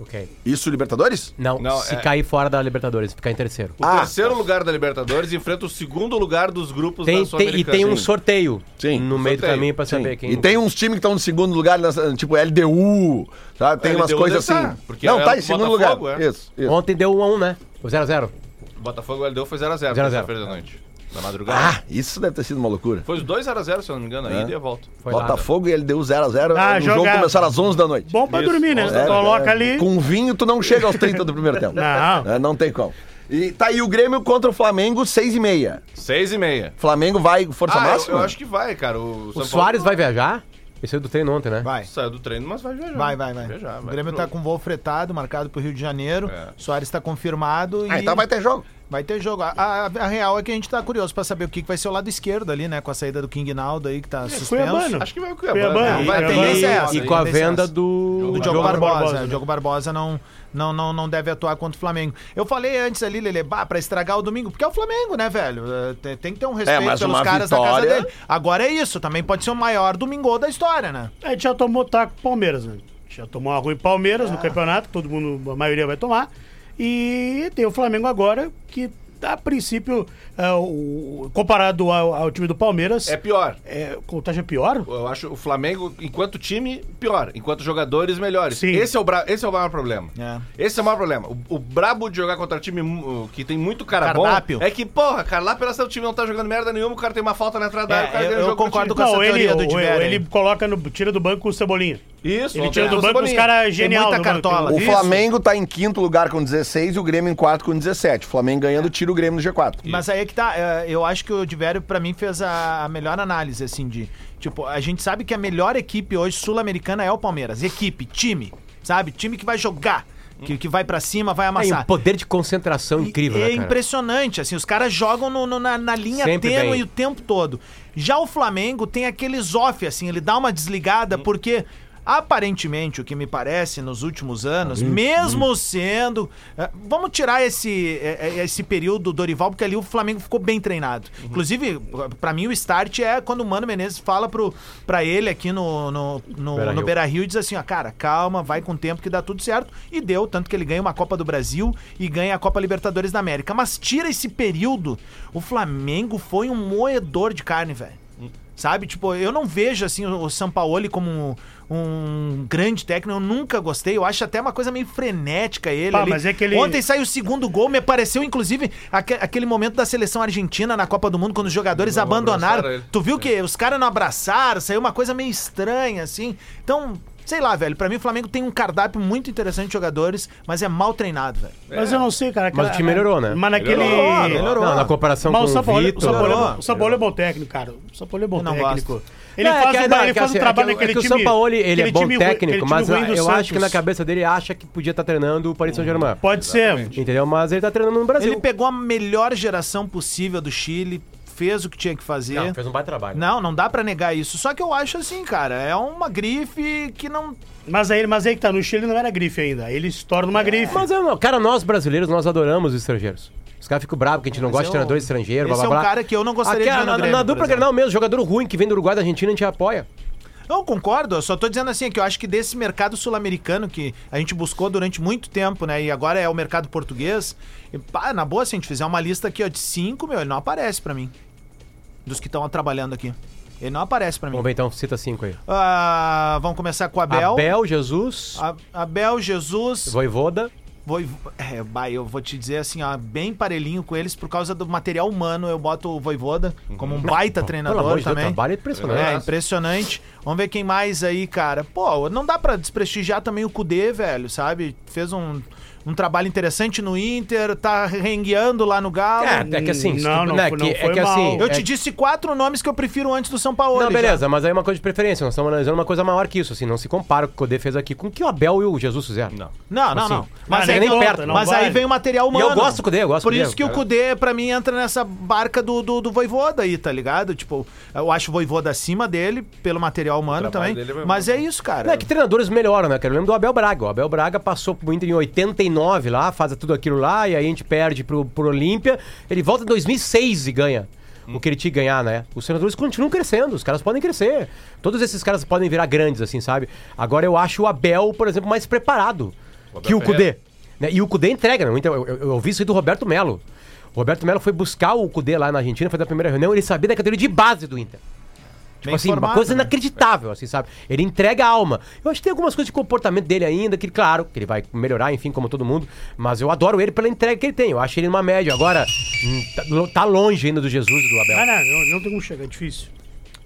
[SPEAKER 4] Ok.
[SPEAKER 2] Isso, Libertadores?
[SPEAKER 4] Não,
[SPEAKER 6] Não,
[SPEAKER 4] se
[SPEAKER 6] é-
[SPEAKER 4] cair fora da Libertadores, ficar em terceiro.
[SPEAKER 6] O
[SPEAKER 2] Ah.
[SPEAKER 6] terceiro lugar da Libertadores enfrenta o segundo lugar dos grupos
[SPEAKER 4] Tem-
[SPEAKER 6] da
[SPEAKER 4] tem- e tem um
[SPEAKER 6] Sul-Americana.
[SPEAKER 4] sorteio
[SPEAKER 2] Sim.
[SPEAKER 4] no meio do
[SPEAKER 6] Sorteio.
[SPEAKER 4] caminho pra saber quem.
[SPEAKER 2] E tem uns times que estão no segundo lugar, nessa- tipo LDU, sabe? tá? Tem
[SPEAKER 6] LDU
[SPEAKER 2] umas coisas
[SPEAKER 6] deve
[SPEAKER 2] assim.
[SPEAKER 6] tá, porque
[SPEAKER 2] não,
[SPEAKER 6] é
[SPEAKER 2] tá
[SPEAKER 6] o
[SPEAKER 2] em segundo
[SPEAKER 6] Botafogo,
[SPEAKER 2] lugar.
[SPEAKER 6] é.
[SPEAKER 2] Isso, isso.
[SPEAKER 4] Ontem deu 1 um a 1 né? um, O 0x0.
[SPEAKER 6] Botafogo LDU foi 0x0
[SPEAKER 4] 0 a 0.
[SPEAKER 6] na feira da noite. Na madrugada.
[SPEAKER 2] Ah, isso deve ter sido uma loucura.
[SPEAKER 6] Foi os 2x0, se eu não me engano, aí e a volta.
[SPEAKER 4] Foi lá,
[SPEAKER 2] Botafogo e LDU 0x0.
[SPEAKER 7] Ah,
[SPEAKER 2] o jogo
[SPEAKER 7] jogado.
[SPEAKER 2] começar às 11 da noite.
[SPEAKER 7] Bom pra
[SPEAKER 6] Isso.
[SPEAKER 7] dormir, né?
[SPEAKER 2] É,
[SPEAKER 7] Coloca
[SPEAKER 2] é.
[SPEAKER 7] ali.
[SPEAKER 2] Com vinho, tu não chega aos 30 do primeiro tempo.
[SPEAKER 7] Não.
[SPEAKER 2] É, não tem como. E tá aí o Grêmio contra o Flamengo, 6 e meia.
[SPEAKER 6] 6h30.
[SPEAKER 2] Flamengo vai força
[SPEAKER 6] Ah, eu,
[SPEAKER 2] máxima?
[SPEAKER 6] eu acho que vai, cara. O,
[SPEAKER 4] O Soares vai viajar? Ele saiu do treino ontem, né?
[SPEAKER 5] Vai.
[SPEAKER 6] saiu do treino, mas vai viajar.
[SPEAKER 5] Vai, vai, vai.
[SPEAKER 6] Viajar,
[SPEAKER 5] o Grêmio
[SPEAKER 6] pro
[SPEAKER 5] tá
[SPEAKER 6] jogo.
[SPEAKER 5] com voo fretado, marcado pro Rio de Janeiro.
[SPEAKER 6] É.
[SPEAKER 5] Soares tá confirmado.
[SPEAKER 2] Ah,
[SPEAKER 5] e
[SPEAKER 2] então vai ter jogo.
[SPEAKER 5] vai ter jogo. A, a- a real é que a gente tá curioso pra saber o que, que vai ser o lado esquerdo ali, né? Com a saída do King Naldo aí, que tá suspenso.
[SPEAKER 7] Cuiabano.
[SPEAKER 6] Acho que vai o Cuiabá.
[SPEAKER 7] Cuiabá,
[SPEAKER 6] né?
[SPEAKER 5] E,
[SPEAKER 6] Vai
[SPEAKER 5] a
[SPEAKER 7] Cuiabá.
[SPEAKER 5] tendência é essa.
[SPEAKER 4] E
[SPEAKER 5] a
[SPEAKER 4] com a
[SPEAKER 5] tendência é
[SPEAKER 4] venda
[SPEAKER 5] essa.
[SPEAKER 4] do,
[SPEAKER 5] do
[SPEAKER 4] Diogo
[SPEAKER 5] Diogo Barbosa.
[SPEAKER 7] Barbosa,
[SPEAKER 5] O
[SPEAKER 7] né?
[SPEAKER 5] Diogo Barbosa não, não, não, não deve atuar contra o Flamengo. Eu falei antes ali, Lele, bah, pra estragar o domingo, porque é o Flamengo, né, velho? É, tem- Tem que ter um respeito
[SPEAKER 2] mas
[SPEAKER 5] pelos
[SPEAKER 2] uma
[SPEAKER 5] caras da
[SPEAKER 2] vitória-
[SPEAKER 5] casa dele. Agora é isso, também pode ser o maior domingo da história, né?
[SPEAKER 7] A gente já tomou taco pro Palmeiras, né? Já tomou uma ruim pro Palmeiras no campeonato, todo mundo, a maioria vai tomar. E tem o Flamengo agora, que a princípio, é, o- comparado ao, ao time do Palmeiras,
[SPEAKER 6] É
[SPEAKER 7] é,
[SPEAKER 6] pior.
[SPEAKER 7] contagem pior?
[SPEAKER 6] Eu acho o Flamengo, enquanto time, pior. Enquanto jogadores, melhores.
[SPEAKER 7] Sim.
[SPEAKER 6] Esse, é o bra... Esse é o maior problema.
[SPEAKER 5] É.
[SPEAKER 6] Esse é o maior problema. O, o brabo de jogar contra time mu- que tem muito cara
[SPEAKER 5] Cardápio.
[SPEAKER 6] bom é que, porra, cara, lá pela seu time não tá jogando merda nenhuma, o cara tem uma falta na entrada da
[SPEAKER 5] É,
[SPEAKER 6] área, o cara
[SPEAKER 5] eu-
[SPEAKER 6] ganha o
[SPEAKER 5] eu
[SPEAKER 6] jogo pro
[SPEAKER 5] concordo
[SPEAKER 6] time.
[SPEAKER 5] com essa
[SPEAKER 7] Não, ele,
[SPEAKER 5] teoria do
[SPEAKER 7] ou-
[SPEAKER 5] Tibério,
[SPEAKER 7] ou
[SPEAKER 5] hein?
[SPEAKER 7] ele coloca no, tira do banco o Cebolinha.
[SPEAKER 6] Isso,
[SPEAKER 7] Ele
[SPEAKER 6] não
[SPEAKER 7] tira
[SPEAKER 6] tem
[SPEAKER 7] do
[SPEAKER 6] essa
[SPEAKER 7] banco os
[SPEAKER 6] bolinha.
[SPEAKER 7] caras genial.
[SPEAKER 5] muita
[SPEAKER 7] do banco.
[SPEAKER 5] cartola.
[SPEAKER 2] O
[SPEAKER 5] Isso.
[SPEAKER 2] Flamengo tá em quinto lugar com 16 e o Grêmio em quarto com 17. O Flamengo ganhando, tira o Grêmio no G4.
[SPEAKER 5] Mas aí é que tá. é, Eu acho que o Diverio, pra mim, fez a a melhor análise, assim, de. Tipo, a gente sabe que a melhor equipe hoje sul-americana é o Palmeiras. Equipe, time, sabe? Time que vai jogar, que, que vai pra cima, vai
[SPEAKER 4] Tem um
[SPEAKER 5] amassar.
[SPEAKER 4] poder de concentração incrível,
[SPEAKER 5] é
[SPEAKER 4] né, cara?
[SPEAKER 5] impressionante, assim, os caras jogam no- no- na, na linha
[SPEAKER 4] Sempre
[SPEAKER 5] tênue
[SPEAKER 4] bem.
[SPEAKER 5] o tempo todo. Já o Flamengo tem aqueles off, assim, ele dá uma desligada porque. Aparentemente, o que me parece nos últimos anos, mesmo sendo. eh, Vamos tirar esse, eh, eh, esse período do Dorival, porque ali o Flamengo ficou bem treinado.
[SPEAKER 4] Uhum.
[SPEAKER 5] Inclusive, pra mim, o start é quando o Mano Menezes fala pro, pra ele aqui no, no, no,
[SPEAKER 4] Beira-Rio.
[SPEAKER 5] no Beira Beira Rio diz assim, ó, cara, calma, vai com o tempo que dá tudo certo. E deu, tanto que ele ganha uma Copa do Brasil e ganha a Copa Libertadores da América. Mas tira esse período, o Flamengo foi um moedor de carne, velho.
[SPEAKER 7] Hum.
[SPEAKER 5] Sabe? Tipo, eu não vejo assim o o Sampaoli como um, um grande técnico, eu nunca gostei. Eu acho até uma coisa meio frenética ele.
[SPEAKER 7] Pá,
[SPEAKER 5] ali.
[SPEAKER 7] mas é que ele-
[SPEAKER 5] Ontem saiu o segundo gol, me pareceu inclusive aque- aquele momento da seleção argentina na Copa do Mundo, quando os jogadores
[SPEAKER 6] Não
[SPEAKER 5] abandonaram.
[SPEAKER 6] abraçaram ele.
[SPEAKER 5] Tu viu que os caras não abraçaram, saiu uma coisa meio estranha, assim. Então, sei lá, velho. Pra mim, o Flamengo tem um cardápio muito interessante de jogadores, mas é mal treinado, velho.
[SPEAKER 7] Mas eu não sei, cara.
[SPEAKER 4] Mas o time melhorou, né?
[SPEAKER 7] Mas naquele.
[SPEAKER 6] Melhorou,
[SPEAKER 5] melhorou.
[SPEAKER 4] Não, na comparação
[SPEAKER 7] Mas o
[SPEAKER 4] com o
[SPEAKER 7] Sampaoli, o
[SPEAKER 4] Vitor...
[SPEAKER 7] Sampaoli,
[SPEAKER 5] Melhorou.
[SPEAKER 7] o Sampaoli é bom técnico, cara. O Sampaoli é bom
[SPEAKER 5] Eu não
[SPEAKER 7] técnico.
[SPEAKER 5] gosto.
[SPEAKER 7] Ele
[SPEAKER 4] Não, é
[SPEAKER 7] faz,
[SPEAKER 4] que-
[SPEAKER 7] um,
[SPEAKER 4] não,
[SPEAKER 7] ba- ele
[SPEAKER 4] é que
[SPEAKER 7] faz
[SPEAKER 4] assim,
[SPEAKER 7] um
[SPEAKER 4] é
[SPEAKER 7] trabalho
[SPEAKER 4] que, o-
[SPEAKER 7] naquele
[SPEAKER 4] é que
[SPEAKER 7] time.
[SPEAKER 4] o Sampaoli, ele é
[SPEAKER 7] aquele
[SPEAKER 4] bom
[SPEAKER 7] time ruim-
[SPEAKER 4] técnico,
[SPEAKER 7] aquele
[SPEAKER 4] mas
[SPEAKER 7] time ruim
[SPEAKER 4] ah,
[SPEAKER 7] do
[SPEAKER 4] eu acho que na
[SPEAKER 7] Santos.
[SPEAKER 4] cabeça dele acha que podia estar treinando o Paris Saint-Germain.
[SPEAKER 7] Pode ser.
[SPEAKER 4] Entendeu? Mas ele tá treinando no Brasil.
[SPEAKER 5] Ele pegou a melhor geração possível do Chile, fez o que tinha que fazer.
[SPEAKER 4] Não, fez um baita trabalho.
[SPEAKER 5] Não, não dá pra negar isso. Só que eu acho assim, cara, é uma grife que não.
[SPEAKER 7] Mas aí, mas aí que tá, no Chile não era grife ainda. Ele se torna uma grife.
[SPEAKER 4] Mas eu não. Cara, nós brasileiros, nós adoramos os estrangeiros. Os caras ficam bravos que a gente não
[SPEAKER 5] mas
[SPEAKER 4] gosta de
[SPEAKER 5] eu-
[SPEAKER 4] treinadores estrangeiros, blá
[SPEAKER 5] esse
[SPEAKER 4] blá
[SPEAKER 5] é um
[SPEAKER 4] blá.
[SPEAKER 5] cara que eu não gostaria de
[SPEAKER 4] Aqui,
[SPEAKER 5] ver no
[SPEAKER 4] na,
[SPEAKER 5] Grêmio,
[SPEAKER 4] na
[SPEAKER 5] por
[SPEAKER 4] dupla
[SPEAKER 5] exemplo.
[SPEAKER 4] Grenal mesmo, jogador ruim que vem do Uruguai da Argentina, a gente apoia.
[SPEAKER 5] Eu concordo, eu só tô dizendo assim, que eu acho que desse mercado sul-americano que a gente buscou durante muito tempo, né? E agora é o mercado português. E, pá, na boa, se a gente fizer uma lista aqui, ó, de cinco, meu, ele não aparece pra mim. Dos que estão trabalhando aqui. Ele não aparece pra mim.
[SPEAKER 4] Vamos ver então, cita cinco aí.
[SPEAKER 5] Ah, vamos começar com o Abel.
[SPEAKER 4] Abel, Jesus,
[SPEAKER 5] A- Abel, Jesus.
[SPEAKER 4] Voivoda.
[SPEAKER 5] Vou, é, bah, eu vou te dizer assim, ó, bem parelhinho com eles por causa do material humano. Eu boto o Voivoda como um baita treinador
[SPEAKER 4] Uhum. Pelo amor de Deus,
[SPEAKER 5] também.
[SPEAKER 4] trabalho é
[SPEAKER 5] É,
[SPEAKER 4] impressionante.
[SPEAKER 5] impressionante. Vamos ver quem mais aí, cara. Pô, não dá pra desprestigiar também o Kudê, velho, sabe? Fez um, um trabalho interessante no Inter, tá rengueando lá no Galo.
[SPEAKER 4] É, é que assim, se tu-
[SPEAKER 7] Não, não
[SPEAKER 4] né,
[SPEAKER 7] foi-
[SPEAKER 4] que-
[SPEAKER 7] não
[SPEAKER 4] é
[SPEAKER 7] foi
[SPEAKER 4] que
[SPEAKER 7] mal.
[SPEAKER 4] assim,
[SPEAKER 5] então, Eu
[SPEAKER 4] é
[SPEAKER 5] te disse quatro nomes que eu prefiro antes do São Paulo.
[SPEAKER 4] Não, beleza, mas aí é uma coisa de preferência. Nós estamos analisando uma coisa maior que isso, assim. Não se compara o que o Codê fez aqui com o que o Abel e o Jesus fizeram.
[SPEAKER 6] Não.
[SPEAKER 5] Não, não,
[SPEAKER 4] Assim,
[SPEAKER 5] não. Mas,
[SPEAKER 7] não,
[SPEAKER 5] aí,
[SPEAKER 7] nem
[SPEAKER 5] vem-
[SPEAKER 7] perto, não
[SPEAKER 5] mas
[SPEAKER 7] vale.
[SPEAKER 5] aí vem o material humano.
[SPEAKER 4] E eu gosto do Kudê, eu gosto
[SPEAKER 5] Por
[SPEAKER 4] do Kudê,
[SPEAKER 5] isso que o
[SPEAKER 4] cara.
[SPEAKER 5] Kudê, pra mim, entra nessa barca do, do, do Voivoda aí, tá ligado? Tipo, eu acho o Voivoda acima dele, pelo material humano também.
[SPEAKER 6] trabalho dele é
[SPEAKER 5] mas
[SPEAKER 6] bom.
[SPEAKER 5] é isso, cara.
[SPEAKER 4] Não, é que treinadores melhoram, né, cara? Eu lembro do Abel Braga. O Abel Braga passou pro Inter em 89 lá, faz tudo aquilo lá, e aí a gente perde pro, pro Olímpia. Ele volta em 2006 e ganha. O que ele tinha que ganhar, né? Os treinadores continuam crescendo, os caras podem crescer. Todos esses caras podem virar grandes, assim, sabe? Agora eu acho o Abel, por exemplo, mais preparado
[SPEAKER 6] Abel
[SPEAKER 4] que o Cudê.
[SPEAKER 6] Ferreira.
[SPEAKER 4] né? E o Cudê entrega, né? Então, eu, eu, eu ouvi isso aí do Roberto Melo. O Roberto Melo foi buscar o Cudê lá na Argentina, foi da primeira reunião, ele sabia da categoria de base do Inter. Tipo
[SPEAKER 5] Bem
[SPEAKER 4] assim, uma
[SPEAKER 5] formado,
[SPEAKER 4] coisa
[SPEAKER 5] né?
[SPEAKER 4] inacreditável, assim, sabe? Ele entrega a alma. Eu acho que tem algumas coisas de comportamento dele ainda, que, claro, que ele vai melhorar, enfim, como todo mundo, mas eu adoro ele pela entrega que ele tem. Eu acho ele numa média. Agora, hum, tá- lo- tá longe ainda do Jesus e do
[SPEAKER 7] Ah,
[SPEAKER 4] Abel.
[SPEAKER 7] não, não, não tem como chegar, é difícil.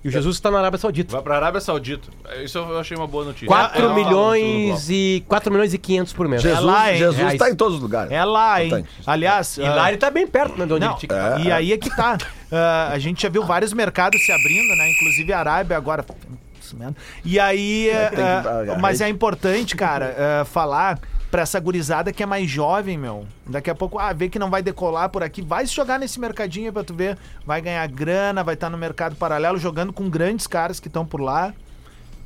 [SPEAKER 4] E o Jesus tá na Arábia Saudita.
[SPEAKER 6] Vai pra Arábia Saudita. Isso eu achei uma boa notícia.
[SPEAKER 4] 4
[SPEAKER 6] É, é,
[SPEAKER 4] milhões e 4 milhões e 500 por mês.
[SPEAKER 2] Jesus,
[SPEAKER 5] é lá, hein?
[SPEAKER 2] Jesus
[SPEAKER 4] Reais.
[SPEAKER 2] tá em todos os lugares.
[SPEAKER 5] É lá, hein?
[SPEAKER 2] Importante.
[SPEAKER 5] Aliás,
[SPEAKER 4] E
[SPEAKER 5] ah,
[SPEAKER 4] lá ele tá bem perto, né, de onde
[SPEAKER 5] não,
[SPEAKER 4] ele tinha que
[SPEAKER 5] e aí é que tá. Ah, a gente já viu vários mercados se abrindo, né? Inclusive a Arábia agora. Isso mesmo. E aí.
[SPEAKER 2] tem que
[SPEAKER 5] ah,
[SPEAKER 2] pagar.
[SPEAKER 5] mas é importante, cara, ah, falar pra essa gurizada que é mais jovem, meu. Daqui a pouco, ah, vê que não vai decolar por aqui. Vai se jogar nesse mercadinho aí pra tu ver. Vai ganhar grana, vai estar no mercado paralelo jogando com grandes caras que estão por lá.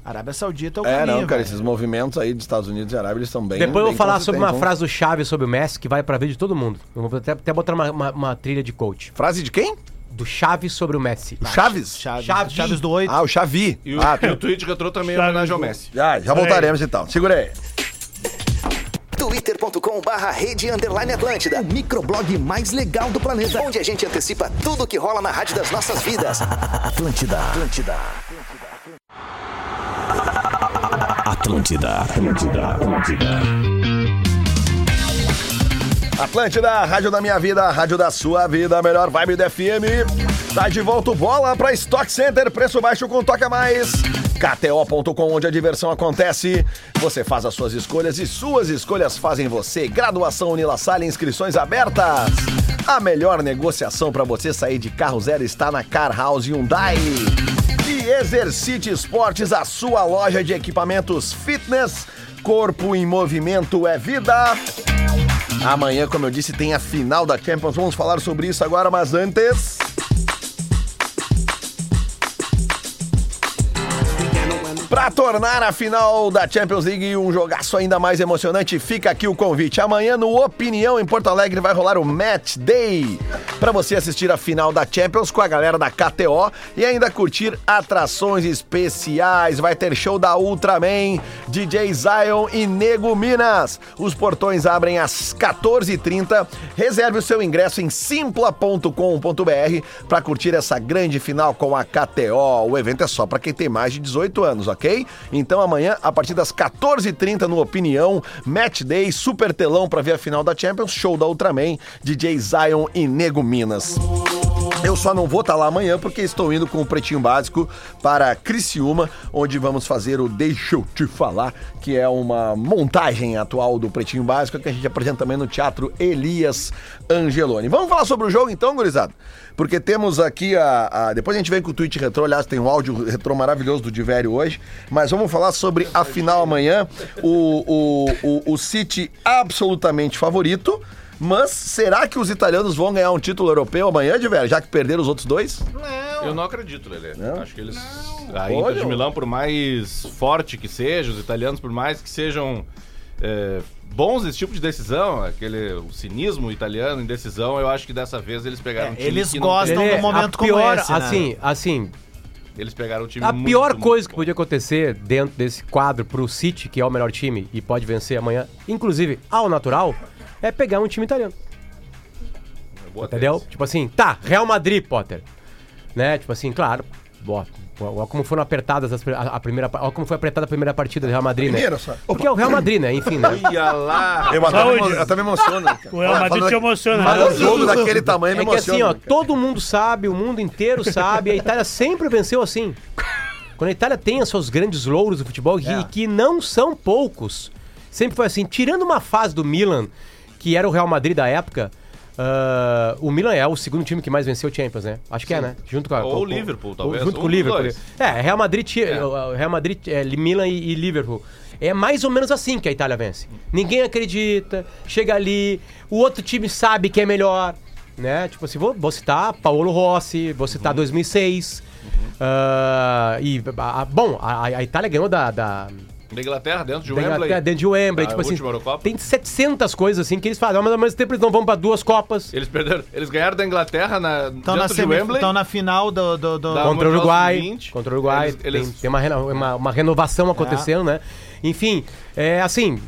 [SPEAKER 5] Arábia Saudita é o
[SPEAKER 2] É,
[SPEAKER 5] caminho,
[SPEAKER 2] não, cara,
[SPEAKER 5] velho.
[SPEAKER 2] esses movimentos aí dos Estados Unidos e Arábia, eles estão bem.
[SPEAKER 4] Depois eu vou
[SPEAKER 2] bem
[SPEAKER 4] falar sobre uma
[SPEAKER 2] consistentes,
[SPEAKER 4] frase do Chaves sobre o Messi que vai pra ver de todo mundo. Eu vou até, até botar uma, uma- uma trilha de coach.
[SPEAKER 2] né? Frase de quem?
[SPEAKER 4] Do Chaves sobre o Messi.
[SPEAKER 2] O Chaves?
[SPEAKER 5] Tá, Chaves,
[SPEAKER 4] Chaves.
[SPEAKER 5] Chaves do Oito.
[SPEAKER 2] Ah, o Xavi.
[SPEAKER 6] E o,
[SPEAKER 2] Ah,
[SPEAKER 6] e o tweet que entrou também é
[SPEAKER 7] Sabe,
[SPEAKER 6] homenagem ao Messi.
[SPEAKER 2] já, já voltaremos então. Segura aí.
[SPEAKER 8] twitter.com barra rede underline Atlântida, o microblog mais legal do planeta, onde a gente antecipa tudo que rola na rádio das nossas vidas. Atlântida, Atlântida.
[SPEAKER 1] Atlântida, Atlântida, Atlântida.
[SPEAKER 2] Atlântida, a rádio da minha vida, a rádio da sua vida, a melhor vibe do FM. Tá de volta o bola pra Stock Center, preço baixo com toca mais. KTO.com, onde a diversão acontece. Você faz as suas escolhas e suas escolhas fazem você. Graduação Unila Salle, inscrições abertas. A melhor negociação pra você sair de carro zero está na Car House Hyundai. E Exercite Esportes, a sua loja de equipamentos fitness. Corpo em movimento é vida. Amanhã, como eu disse, tem a final da Champions. Vamos falar sobre isso agora, mas antes. Para tornar a final da Champions League um jogaço ainda mais emocionante, fica aqui o convite. Amanhã no Opinião em Porto Alegre vai rolar o Match Day para você assistir a final da Champions com a galera da KTO e ainda curtir atrações especiais. Vai ter show da Ultraman, DJ Zion e Nego Minas. Os portões abrem às 14h30. Reserve o seu ingresso em simpla.com.br para curtir essa grande final com a KTO. O evento é só para quem tem mais de 18 anos, ok? Então amanhã, a partir das 14h30 no Opinião, Match Day, super telão para ver a final da Champions, show da Ultraman, DJ Zion e Nego Minas. Eu só não vou estar lá amanhã porque estou indo com o Pretinho Básico para Criciúma, onde vamos fazer o Deixa Eu Te Falar, que é uma montagem atual do Pretinho Básico que a gente apresenta também no Teatro Elias Angeloni. Vamos falar sobre o jogo então, gurizada? Porque temos aqui a... a- Depois a gente vem com o tweet retrô, aliás, tem um áudio retrô maravilhoso do Diverio hoje, mas vamos falar sobre a final amanhã, o, o, o, o City absolutamente favorito, mas será que os italianos vão ganhar um título europeu amanhã, de velho? Já que perderam os outros dois?
[SPEAKER 6] Eu não acredito, Lelê. Acho que eles. A
[SPEAKER 2] Olha.
[SPEAKER 6] Inter de Milão, por mais forte que seja, os italianos, por mais que sejam é, bons nesse tipo de decisão, aquele o cinismo italiano em decisão, eu acho que dessa vez eles pegaram
[SPEAKER 5] É,
[SPEAKER 6] um time.
[SPEAKER 5] eles
[SPEAKER 6] que
[SPEAKER 5] gostam
[SPEAKER 6] Não
[SPEAKER 5] num
[SPEAKER 4] Lelê,
[SPEAKER 6] tem...
[SPEAKER 5] momento
[SPEAKER 4] a
[SPEAKER 5] como
[SPEAKER 4] pior,
[SPEAKER 5] esse, né?
[SPEAKER 4] assim, assim,
[SPEAKER 6] Eles pegaram um time.
[SPEAKER 4] a
[SPEAKER 6] muito,
[SPEAKER 4] pior
[SPEAKER 6] muito
[SPEAKER 4] coisa que
[SPEAKER 6] bom.
[SPEAKER 4] podia acontecer dentro desse quadro pro City, que é o melhor time e pode vencer amanhã, inclusive ao natural, é pegar um time italiano.
[SPEAKER 6] Boa
[SPEAKER 4] Entendeu?
[SPEAKER 6] tese.
[SPEAKER 4] Tipo assim, tá, Real Madrid, Potter. Né? Tipo assim, claro. Ó, ó, ó como foram apertadas as pri- a, a primeira. pa- Ó como foi apertada a primeira partida do Real Madrid,
[SPEAKER 2] Primeira
[SPEAKER 4] né?
[SPEAKER 2] só.
[SPEAKER 4] Porque é o Real Madrid, né? Enfim, né?
[SPEAKER 6] Ia lá.
[SPEAKER 2] Eu até, me,
[SPEAKER 7] Saúde.
[SPEAKER 2] eu até me emociono. cara.
[SPEAKER 7] O Real Madrid
[SPEAKER 2] Falando-
[SPEAKER 7] te emociona.
[SPEAKER 2] falando
[SPEAKER 7] né?
[SPEAKER 2] um jogo daquele tamanho me
[SPEAKER 4] É que assim, ó,
[SPEAKER 2] emociona. cara.
[SPEAKER 4] todo mundo sabe, o mundo inteiro sabe, a Itália sempre venceu assim. Quando a Itália tem os seus grandes louros do futebol, e
[SPEAKER 6] É.
[SPEAKER 4] que não são poucos, sempre foi assim. Tirando uma fase do Milan, que era o Real Madrid da época, ah, o Milan é o segundo time que mais venceu o Champions, né? Acho que é, né? Junto com a,
[SPEAKER 6] Ou
[SPEAKER 4] com-
[SPEAKER 6] o Liverpool,
[SPEAKER 4] com-
[SPEAKER 6] talvez.
[SPEAKER 4] Junto
[SPEAKER 6] Um
[SPEAKER 4] com o
[SPEAKER 6] dos
[SPEAKER 4] Liverpool.
[SPEAKER 6] dois.
[SPEAKER 4] É, Real Madrid, ti-
[SPEAKER 6] É.
[SPEAKER 4] o- o Real Madrid, é, Milan e, e Liverpool. É mais ou menos assim que a Itália vence. Ninguém acredita, chega ali, o outro time sabe que é melhor, né? Tipo assim, vou, vou citar Paolo Rossi, vou
[SPEAKER 6] Uhum.
[SPEAKER 4] citar 2006. ah, e, a- a- bom, a, a Itália ganhou da, da,
[SPEAKER 6] Da Inglaterra, dentro de
[SPEAKER 4] da
[SPEAKER 6] Wembley.
[SPEAKER 4] Inglaterra dentro de Wembley.
[SPEAKER 6] Da
[SPEAKER 4] tipo assim,
[SPEAKER 6] última Eurocopa.
[SPEAKER 4] tem 700 coisas assim que eles fazem, mas ao mesmo tempo eles não vão pra duas Copas.
[SPEAKER 6] Eles perderam. Eles ganharam da Inglaterra na,
[SPEAKER 4] Tá
[SPEAKER 5] Estão na,
[SPEAKER 6] dentro de
[SPEAKER 5] semif-
[SPEAKER 6] Wembley.
[SPEAKER 5] tão na final do. do, do-
[SPEAKER 6] Da-
[SPEAKER 4] Contra o
[SPEAKER 6] Mundial
[SPEAKER 4] Uruguai.
[SPEAKER 6] Sub-20,
[SPEAKER 4] Contra o Uruguai.
[SPEAKER 6] eles- eles-
[SPEAKER 4] Tem, tem uma, reno- uma, uma renovação acontecendo, né? Enfim, é assim.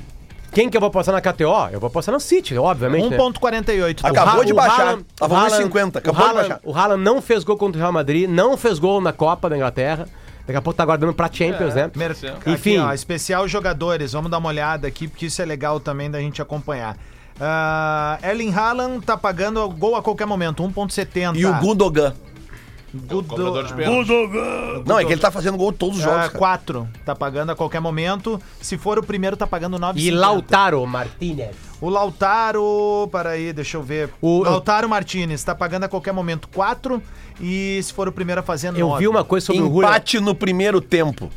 [SPEAKER 4] Quem que eu vou apostar na KTO? Eu vou apostar no City, obviamente. né?
[SPEAKER 5] 1.48. tá?
[SPEAKER 2] Um Acabou
[SPEAKER 4] Ha-
[SPEAKER 2] de
[SPEAKER 4] o
[SPEAKER 2] baixar.
[SPEAKER 4] Haaland-
[SPEAKER 2] Tava
[SPEAKER 4] o Haaland-
[SPEAKER 2] 1,50, acabou
[SPEAKER 4] o
[SPEAKER 2] de
[SPEAKER 4] Haaland-
[SPEAKER 2] baixar.
[SPEAKER 4] O Haaland não fez gol contra o Real Madrid, não fez gol na Copa da Inglaterra. Daqui a pouco tá guardando pra Champions,
[SPEAKER 6] É,
[SPEAKER 4] né?
[SPEAKER 5] Mer-
[SPEAKER 4] Enfim.
[SPEAKER 5] Aqui, ó, especial jogadores, vamos dar uma olhada aqui, porque isso é legal também da gente acompanhar. Ah, Erling Haaland tá pagando gol a qualquer momento, 1.70.
[SPEAKER 2] E Tá. É o Gundogan.
[SPEAKER 5] Gudo-
[SPEAKER 6] Cobrador de pênalti.
[SPEAKER 7] Gundogan!
[SPEAKER 2] Não, é que ele tá fazendo gol em todos os jogos,
[SPEAKER 5] Ah,
[SPEAKER 2] cara.
[SPEAKER 5] 4, tá pagando a qualquer momento. Se for o primeiro, tá pagando 9,50.
[SPEAKER 4] E Lautaro Martinez.
[SPEAKER 5] O Lautaro, peraí, deixa eu ver.
[SPEAKER 4] O-
[SPEAKER 5] O Lautaro Martinez tá pagando a qualquer momento 4 e se for o primeiro tá a fazer 9.
[SPEAKER 4] Eu vi uma coisa sobre o Guri.
[SPEAKER 2] Empate no primeiro tempo,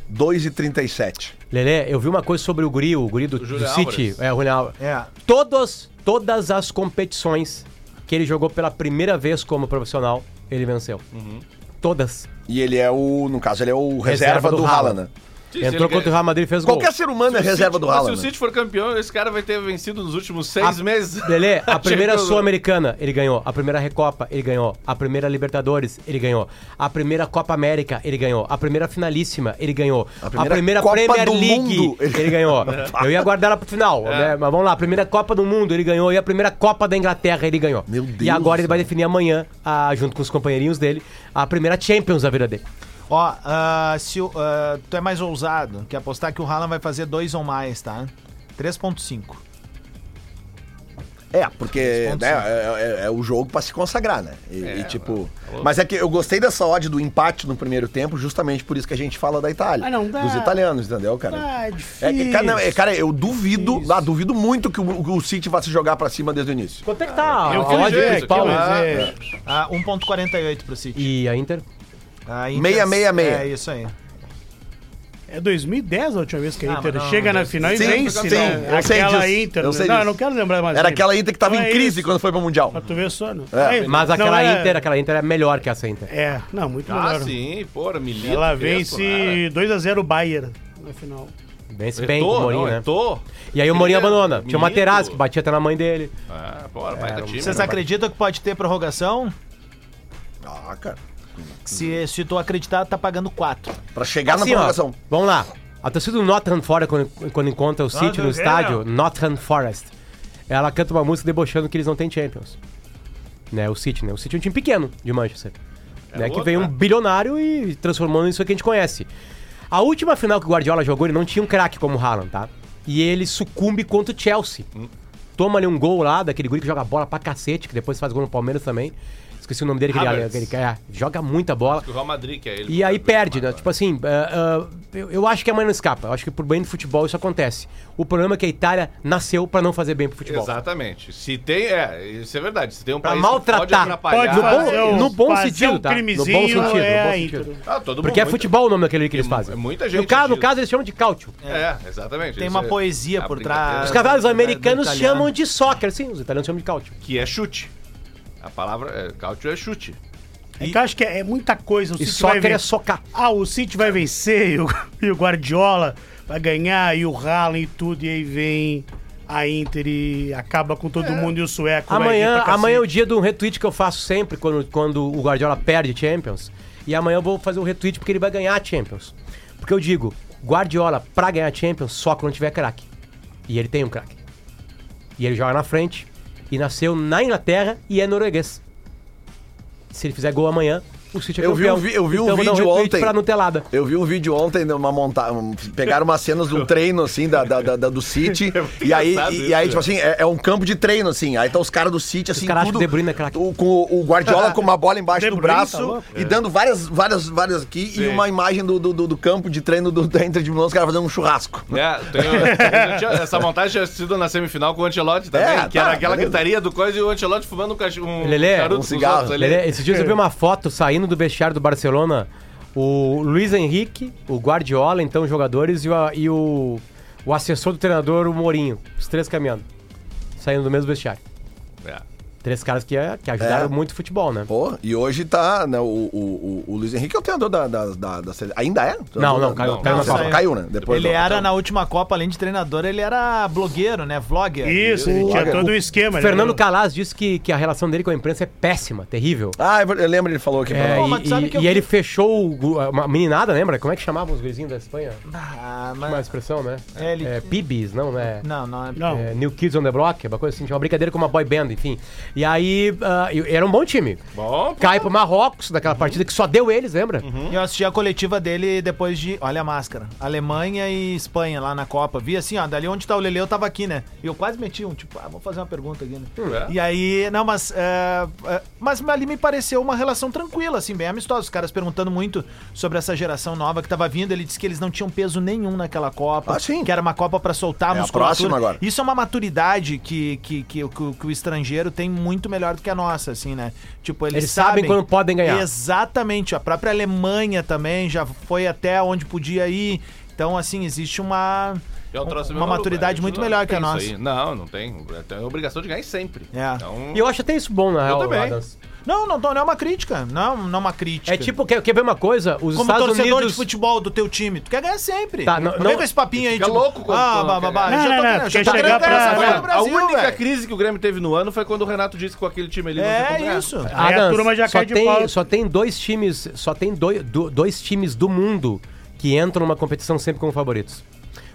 [SPEAKER 2] 2,37.
[SPEAKER 4] Lelê, eu vi uma coisa sobre o Guri, o Guri do, do
[SPEAKER 6] Julian
[SPEAKER 4] City.
[SPEAKER 6] Álvares.
[SPEAKER 4] É, o Julian Álvares.
[SPEAKER 5] É.
[SPEAKER 4] Todas, todas as competições que ele jogou pela primeira vez como profissional, ele venceu.
[SPEAKER 6] Uhum.
[SPEAKER 4] Todas.
[SPEAKER 2] E ele é o, no caso, ele é o reserva, do Haaland. né?
[SPEAKER 6] Sim, se
[SPEAKER 4] Entrou
[SPEAKER 6] ele
[SPEAKER 4] contra o
[SPEAKER 6] quer-
[SPEAKER 4] Real Madrid e fez gol.
[SPEAKER 2] Qualquer ser humano é
[SPEAKER 6] Se o
[SPEAKER 2] reserva
[SPEAKER 6] City-
[SPEAKER 2] do
[SPEAKER 6] mas
[SPEAKER 2] Haaland.
[SPEAKER 6] Se o City for campeão, esse cara vai ter vencido nos últimos seis meses.
[SPEAKER 4] Lelê, a primeira
[SPEAKER 6] Champions- né?
[SPEAKER 4] Sul-Americana ele ganhou, a primeira Recopa ele ganhou, a primeira Libertadores ele ganhou, a primeira Copa América ele ganhou, a primeira Finalíssima ele ganhou, a primeira,
[SPEAKER 2] primeira Copa
[SPEAKER 4] Premier
[SPEAKER 2] do
[SPEAKER 4] League
[SPEAKER 2] Mundo,
[SPEAKER 4] ele...
[SPEAKER 2] ele-
[SPEAKER 4] ganhou. Eu ia guardar ela pro final, né? mas vamos lá, a primeira Copa do Mundo ele ganhou e a primeira Copa da Inglaterra ele ganhou.
[SPEAKER 2] Meu
[SPEAKER 4] e
[SPEAKER 2] Deus
[SPEAKER 4] agora
[SPEAKER 2] do
[SPEAKER 4] ele vai definir amanhã, ah, junto com os companheirinhos dele, a primeira Champions da vida dele.
[SPEAKER 5] Ó, ah, se o- ah, tu é mais ousado, que apostar que o Haaland vai fazer dois ou mais, tá? 3.5.
[SPEAKER 2] É, porque
[SPEAKER 5] pontos,
[SPEAKER 2] né, é, é- é o jogo pra se consagrar, né? E, e, tipo. Mas é que eu gostei dessa odd do empate no primeiro tempo, justamente por isso que a gente fala da Itália.
[SPEAKER 7] Ah, não, dá.
[SPEAKER 2] Dos italianos, entendeu, cara?
[SPEAKER 7] Ah, é
[SPEAKER 2] É,
[SPEAKER 7] difícil.
[SPEAKER 2] que, cara, não, é, cara, eu duvido, ah, duvido muito que o, que o City vá se jogar pra cima desde o início.
[SPEAKER 4] Quanto é que tá
[SPEAKER 7] Eu
[SPEAKER 4] a
[SPEAKER 7] fiz
[SPEAKER 4] odd
[SPEAKER 7] jeito,
[SPEAKER 4] principal?
[SPEAKER 7] eu fiz
[SPEAKER 4] né?
[SPEAKER 7] jeito.
[SPEAKER 5] Ah, 1.48 pro City.
[SPEAKER 4] E a Inter?
[SPEAKER 5] A Inter-
[SPEAKER 2] 666.
[SPEAKER 5] É isso aí.
[SPEAKER 7] É 2010 a última vez que a
[SPEAKER 5] Ah,
[SPEAKER 7] Inter
[SPEAKER 5] mas não,
[SPEAKER 7] chega na
[SPEAKER 5] não.
[SPEAKER 7] final e
[SPEAKER 2] Sim,
[SPEAKER 7] vence,
[SPEAKER 2] sim,
[SPEAKER 7] né?
[SPEAKER 2] eu sei
[SPEAKER 7] Aquela
[SPEAKER 2] disso,
[SPEAKER 7] Inter.
[SPEAKER 2] eu
[SPEAKER 7] né?
[SPEAKER 2] sei
[SPEAKER 7] não,
[SPEAKER 2] disso.
[SPEAKER 7] não quero lembrar mais.
[SPEAKER 2] Era
[SPEAKER 7] ainda.
[SPEAKER 2] aquela Inter que tava
[SPEAKER 7] Não é
[SPEAKER 2] em crise
[SPEAKER 7] isso.
[SPEAKER 2] quando foi pro Mundial.
[SPEAKER 7] Pra tu ver só, não.
[SPEAKER 2] É,
[SPEAKER 7] isso.
[SPEAKER 4] Mas
[SPEAKER 7] Não,
[SPEAKER 4] aquela
[SPEAKER 7] era-
[SPEAKER 4] Inter, aquela Inter é melhor que essa Inter.
[SPEAKER 7] É, não, muito
[SPEAKER 6] Ah,
[SPEAKER 7] melhor.
[SPEAKER 4] né?
[SPEAKER 6] sim, porra, milita.
[SPEAKER 7] Ela
[SPEAKER 6] Crespo,
[SPEAKER 7] vence 2x0 o Bayern na final.
[SPEAKER 4] Bem, se
[SPEAKER 6] né?
[SPEAKER 4] bem com
[SPEAKER 6] Eto'o,
[SPEAKER 4] o Mourinho,
[SPEAKER 6] não,
[SPEAKER 4] né?
[SPEAKER 6] Eto'o.
[SPEAKER 4] E aí o Mourinho
[SPEAKER 6] Ele é
[SPEAKER 4] abandona. Tinha o
[SPEAKER 6] Milito.
[SPEAKER 4] Materazzi que um batia até na mãe dele.
[SPEAKER 6] Ah, porra, baita time.
[SPEAKER 5] Vocês
[SPEAKER 6] né?
[SPEAKER 5] acreditam que pode ter prorrogação?
[SPEAKER 2] Ah, cara.
[SPEAKER 5] Se, se tu acreditar, tá pagando 4.
[SPEAKER 2] Pra chegar na
[SPEAKER 4] Assim, ó,
[SPEAKER 2] prorrogação.
[SPEAKER 4] vamos lá. A torcida do Nottingham Forest, quando, quando encontra o City no estádio, Nottingham Forest, ela canta uma música debochando que eles não têm Champions. Né, o City, né? O City é um time pequeno de Manchester. né, que
[SPEAKER 6] outro,
[SPEAKER 4] veio um
[SPEAKER 6] né?
[SPEAKER 4] bilionário e transformando isso que a gente conhece. A última final que o Guardiola jogou, ele não tinha um craque como o Haaland, tá? E ele sucumbe contra o Chelsea.
[SPEAKER 2] Hum.
[SPEAKER 4] Toma ali um gol lá, daquele guri que joga bola pra cacete, que depois faz gol no Palmeiras também. Esqueci o nome dele, aquele,
[SPEAKER 6] Havertz.
[SPEAKER 4] aquele, é, joga muita bola.
[SPEAKER 6] O Real Madrid que é ele.
[SPEAKER 4] E aí perde, né? Tipo assim, ah, ah, eu, eu acho que amanhã não escapa. Eu acho que por bem do futebol isso acontece. O problema é que a Itália nasceu pra não fazer bem pro futebol.
[SPEAKER 6] Exatamente. Se tem, é, isso é verdade. Se tem um
[SPEAKER 4] Pra
[SPEAKER 6] país que pode
[SPEAKER 4] maltratar.
[SPEAKER 6] atrapalhar...
[SPEAKER 4] no bom,
[SPEAKER 7] fazer um-
[SPEAKER 4] no bom
[SPEAKER 7] fazer
[SPEAKER 4] sentido,
[SPEAKER 7] um
[SPEAKER 4] tá? No bom
[SPEAKER 7] crimezinho
[SPEAKER 4] sentido. no bom
[SPEAKER 7] é a
[SPEAKER 4] sentido.
[SPEAKER 7] Inter.
[SPEAKER 6] Ah, todo mundo
[SPEAKER 4] Porque é
[SPEAKER 6] muito-
[SPEAKER 4] futebol o nome daquele que eles
[SPEAKER 6] É
[SPEAKER 4] fazem.
[SPEAKER 6] mu- é muita
[SPEAKER 4] No
[SPEAKER 6] gente
[SPEAKER 4] caso, no
[SPEAKER 6] diz.
[SPEAKER 4] caso eles chamam de cálcio.
[SPEAKER 6] É, exatamente.
[SPEAKER 5] Tem
[SPEAKER 6] isso
[SPEAKER 5] uma
[SPEAKER 6] é-
[SPEAKER 5] poesia
[SPEAKER 6] a
[SPEAKER 5] por
[SPEAKER 6] brincadeira.
[SPEAKER 5] trás.
[SPEAKER 4] Os cavalos
[SPEAKER 6] é
[SPEAKER 5] Do- do
[SPEAKER 4] americanos
[SPEAKER 5] italiano.
[SPEAKER 4] chamam de soccer, sim. Os italianos chamam de cálcio.
[SPEAKER 6] Que é chute. A palavra, é, cautio é chute.
[SPEAKER 7] É que eu acho que é, é muita coisa. O
[SPEAKER 4] E
[SPEAKER 7] City vai
[SPEAKER 4] soccer é
[SPEAKER 7] ven-
[SPEAKER 4] socar.
[SPEAKER 7] Ah, o City vai vencer e o, e o Guardiola vai ganhar e o Haaland e tudo. E aí vem a Inter e acaba com
[SPEAKER 6] É.
[SPEAKER 7] todo mundo e o sueco vai vir
[SPEAKER 4] Amanhã,
[SPEAKER 7] pra
[SPEAKER 4] amanhã é o
[SPEAKER 7] cacete.
[SPEAKER 4] dia do retweet que eu faço sempre quando, quando o Guardiola perde Champions. E amanhã eu vou fazer o retweet porque ele vai ganhar a Champions. Porque eu digo, Guardiola, pra ganhar a Champions, só quando tiver craque. E ele tem um craque. E ele joga na frente. E nasceu na Inglaterra e é norueguês. Se ele fizer gol amanhã, o City é
[SPEAKER 2] Eu vi
[SPEAKER 4] campeão.
[SPEAKER 2] um vi- eu vi um
[SPEAKER 4] eu vou dar
[SPEAKER 2] vídeo
[SPEAKER 4] retweet
[SPEAKER 2] ontem.
[SPEAKER 4] pra Nutelada.
[SPEAKER 2] Eu vi um vídeo ontem de uma montagem. Pegaram umas cenas do treino, assim, da, da- da- da- do City. e aí,
[SPEAKER 6] engraçado
[SPEAKER 2] e,
[SPEAKER 6] isso,
[SPEAKER 2] aí
[SPEAKER 6] né?
[SPEAKER 2] tipo assim, é, é um campo de treino, assim. Aí tá os caras do City, assim,
[SPEAKER 4] caras acham
[SPEAKER 2] tudo.
[SPEAKER 4] que o De Bruyne é craque.
[SPEAKER 2] o, com o Guardiola com uma bola embaixo
[SPEAKER 7] De
[SPEAKER 2] do
[SPEAKER 7] Bruyne tá
[SPEAKER 2] braço
[SPEAKER 7] louco.
[SPEAKER 4] É.
[SPEAKER 2] e dando várias, várias, várias aqui. E uma imagem do, do- do- do campo de treino do, da Inter de Milão, os caras fazendo um churrasco.
[SPEAKER 6] É, tem- tinha- essa montagem tinha sido na semifinal com o Ancelotti também,
[SPEAKER 2] É,
[SPEAKER 6] que
[SPEAKER 2] tá,
[SPEAKER 6] era aquela
[SPEAKER 2] beleza.
[SPEAKER 6] gritaria do coisa e o Ancelotti fumando um, cach... um
[SPEAKER 4] Lelê, um
[SPEAKER 6] dos
[SPEAKER 2] cigarro.
[SPEAKER 6] outros ali.
[SPEAKER 4] Lelê, esses dias eu vi uma foto saindo do vestiário do Barcelona. O Luiz Henrique, o Guardiola, então os jogadores, e, o, e o, o assessor do treinador, o Mourinho. Os três caminhando. Saindo do mesmo vestiário.
[SPEAKER 6] É.
[SPEAKER 4] Três caras que, que ajudaram
[SPEAKER 2] É.
[SPEAKER 4] muito o futebol, né?
[SPEAKER 2] Pô, e hoje tá, né, o, o, o- o Luiz Henrique é o treinador da, da, da, da sele- Ainda é?
[SPEAKER 4] Não, não, caiu- caiu na
[SPEAKER 2] só-
[SPEAKER 4] Copa.
[SPEAKER 2] Caiu, né? Depois
[SPEAKER 5] Ele
[SPEAKER 2] do-
[SPEAKER 5] era na última Copa, além de treinador, ele era blogueiro, né? Vlogger.
[SPEAKER 7] Isso, ele tinha todo um esquema. ele
[SPEAKER 4] Fernando
[SPEAKER 7] era-
[SPEAKER 4] Calaz disse que, que a relação dele com a imprensa é péssima, terrível.
[SPEAKER 2] Ah, eu eu lembro, ele falou aqui. pra
[SPEAKER 4] É,
[SPEAKER 5] Pô,
[SPEAKER 2] nós.
[SPEAKER 5] mas
[SPEAKER 4] e
[SPEAKER 5] sabe
[SPEAKER 4] e-
[SPEAKER 5] que eu-
[SPEAKER 4] e ele fechou o gru- uma meninada, lembra? Como é que chamavam os gurizinhos da Espanha?
[SPEAKER 5] Ah,
[SPEAKER 4] Uma
[SPEAKER 5] mas...
[SPEAKER 4] expressão, né?
[SPEAKER 5] É, ele-
[SPEAKER 4] É, PBs, não, né?
[SPEAKER 5] Não, não é.
[SPEAKER 7] Não.
[SPEAKER 4] É, New Kids on the Block, uma coisa assim, tinha uma brincadeira com uma boy band, enfim. E aí, ah, e- era um bom time.
[SPEAKER 6] Bom, pô. Uhum.
[SPEAKER 4] Cai pro Marrocos, daquela partida que só deu eles, lembra?
[SPEAKER 2] Uhum.
[SPEAKER 5] Eu assisti a coletiva dele depois de. Olha a máscara. Alemanha e Espanha lá na Copa. Vi assim, ó, dali onde tá o Lele, eu tava aqui, né? E eu quase meti um, tipo, ah, vou fazer uma pergunta aqui, né?
[SPEAKER 6] é?
[SPEAKER 5] E aí, não, mas. é, é, mas ali me pareceu uma relação tranquila, assim, bem amistosa. Os caras perguntando muito sobre essa geração nova que tava vindo. Ele disse que eles não tinham peso nenhum naquela Copa.
[SPEAKER 2] Ah, sim.
[SPEAKER 5] Que era uma Copa pra soltar a
[SPEAKER 2] É a
[SPEAKER 5] musculatura.
[SPEAKER 2] próxima agora.
[SPEAKER 5] Isso é uma maturidade que, que, que, o- que o- que o estrangeiro tem muito melhor do que a nossa, assim, né? Tipo, eles,
[SPEAKER 4] Eles sabem quando podem ganhar.
[SPEAKER 5] Exatamente. A própria Alemanha também já foi até onde podia ir. Então, assim, existe uma, um,
[SPEAKER 6] Eu trouxe
[SPEAKER 5] uma
[SPEAKER 6] meu
[SPEAKER 5] maturidade
[SPEAKER 6] Uruguai,
[SPEAKER 5] muito
[SPEAKER 6] não
[SPEAKER 5] melhor que a
[SPEAKER 6] tem É, isso
[SPEAKER 5] nossa.
[SPEAKER 6] aí. Não, não tem. é, Tem a obrigação de ganhar sempre.
[SPEAKER 5] É.
[SPEAKER 6] Então,
[SPEAKER 4] E eu acho até isso bom, na real,
[SPEAKER 6] também.
[SPEAKER 4] Adams.
[SPEAKER 5] Não, não, tô- não é uma crítica. Não, não é uma crítica.
[SPEAKER 4] É tipo, quer, quer ver uma coisa? Os
[SPEAKER 5] Como
[SPEAKER 4] Estados
[SPEAKER 5] torcedor
[SPEAKER 4] Unidos...
[SPEAKER 5] de futebol do teu time, tu quer ganhar sempre.
[SPEAKER 4] Tá, não-
[SPEAKER 5] não,
[SPEAKER 4] não-
[SPEAKER 5] vem com esse papinho aí,
[SPEAKER 6] fica louco quando-
[SPEAKER 5] ah,
[SPEAKER 6] quando
[SPEAKER 5] bababá,
[SPEAKER 6] quer
[SPEAKER 5] já
[SPEAKER 7] ganhar.
[SPEAKER 5] tô
[SPEAKER 7] Não, não,
[SPEAKER 5] querendo,
[SPEAKER 7] não,
[SPEAKER 5] já
[SPEAKER 7] quer
[SPEAKER 5] tô
[SPEAKER 7] chegar
[SPEAKER 5] querendo
[SPEAKER 7] pra-
[SPEAKER 5] ganhar essa
[SPEAKER 7] não,
[SPEAKER 5] Copa do
[SPEAKER 6] Agora, a
[SPEAKER 5] Brasil,
[SPEAKER 6] única
[SPEAKER 5] velho.
[SPEAKER 6] crise que o Grêmio teve no ano foi quando o Renato disse que com aquele time ele não tem como
[SPEAKER 5] É
[SPEAKER 6] ganhar.
[SPEAKER 5] isso.
[SPEAKER 4] Ah,
[SPEAKER 7] Aí a turma já
[SPEAKER 4] só,
[SPEAKER 7] cai de
[SPEAKER 4] tem,
[SPEAKER 7] pau.
[SPEAKER 4] só tem dois times, só tem dois, do- dois times do mundo que entram numa competição sempre como favoritos.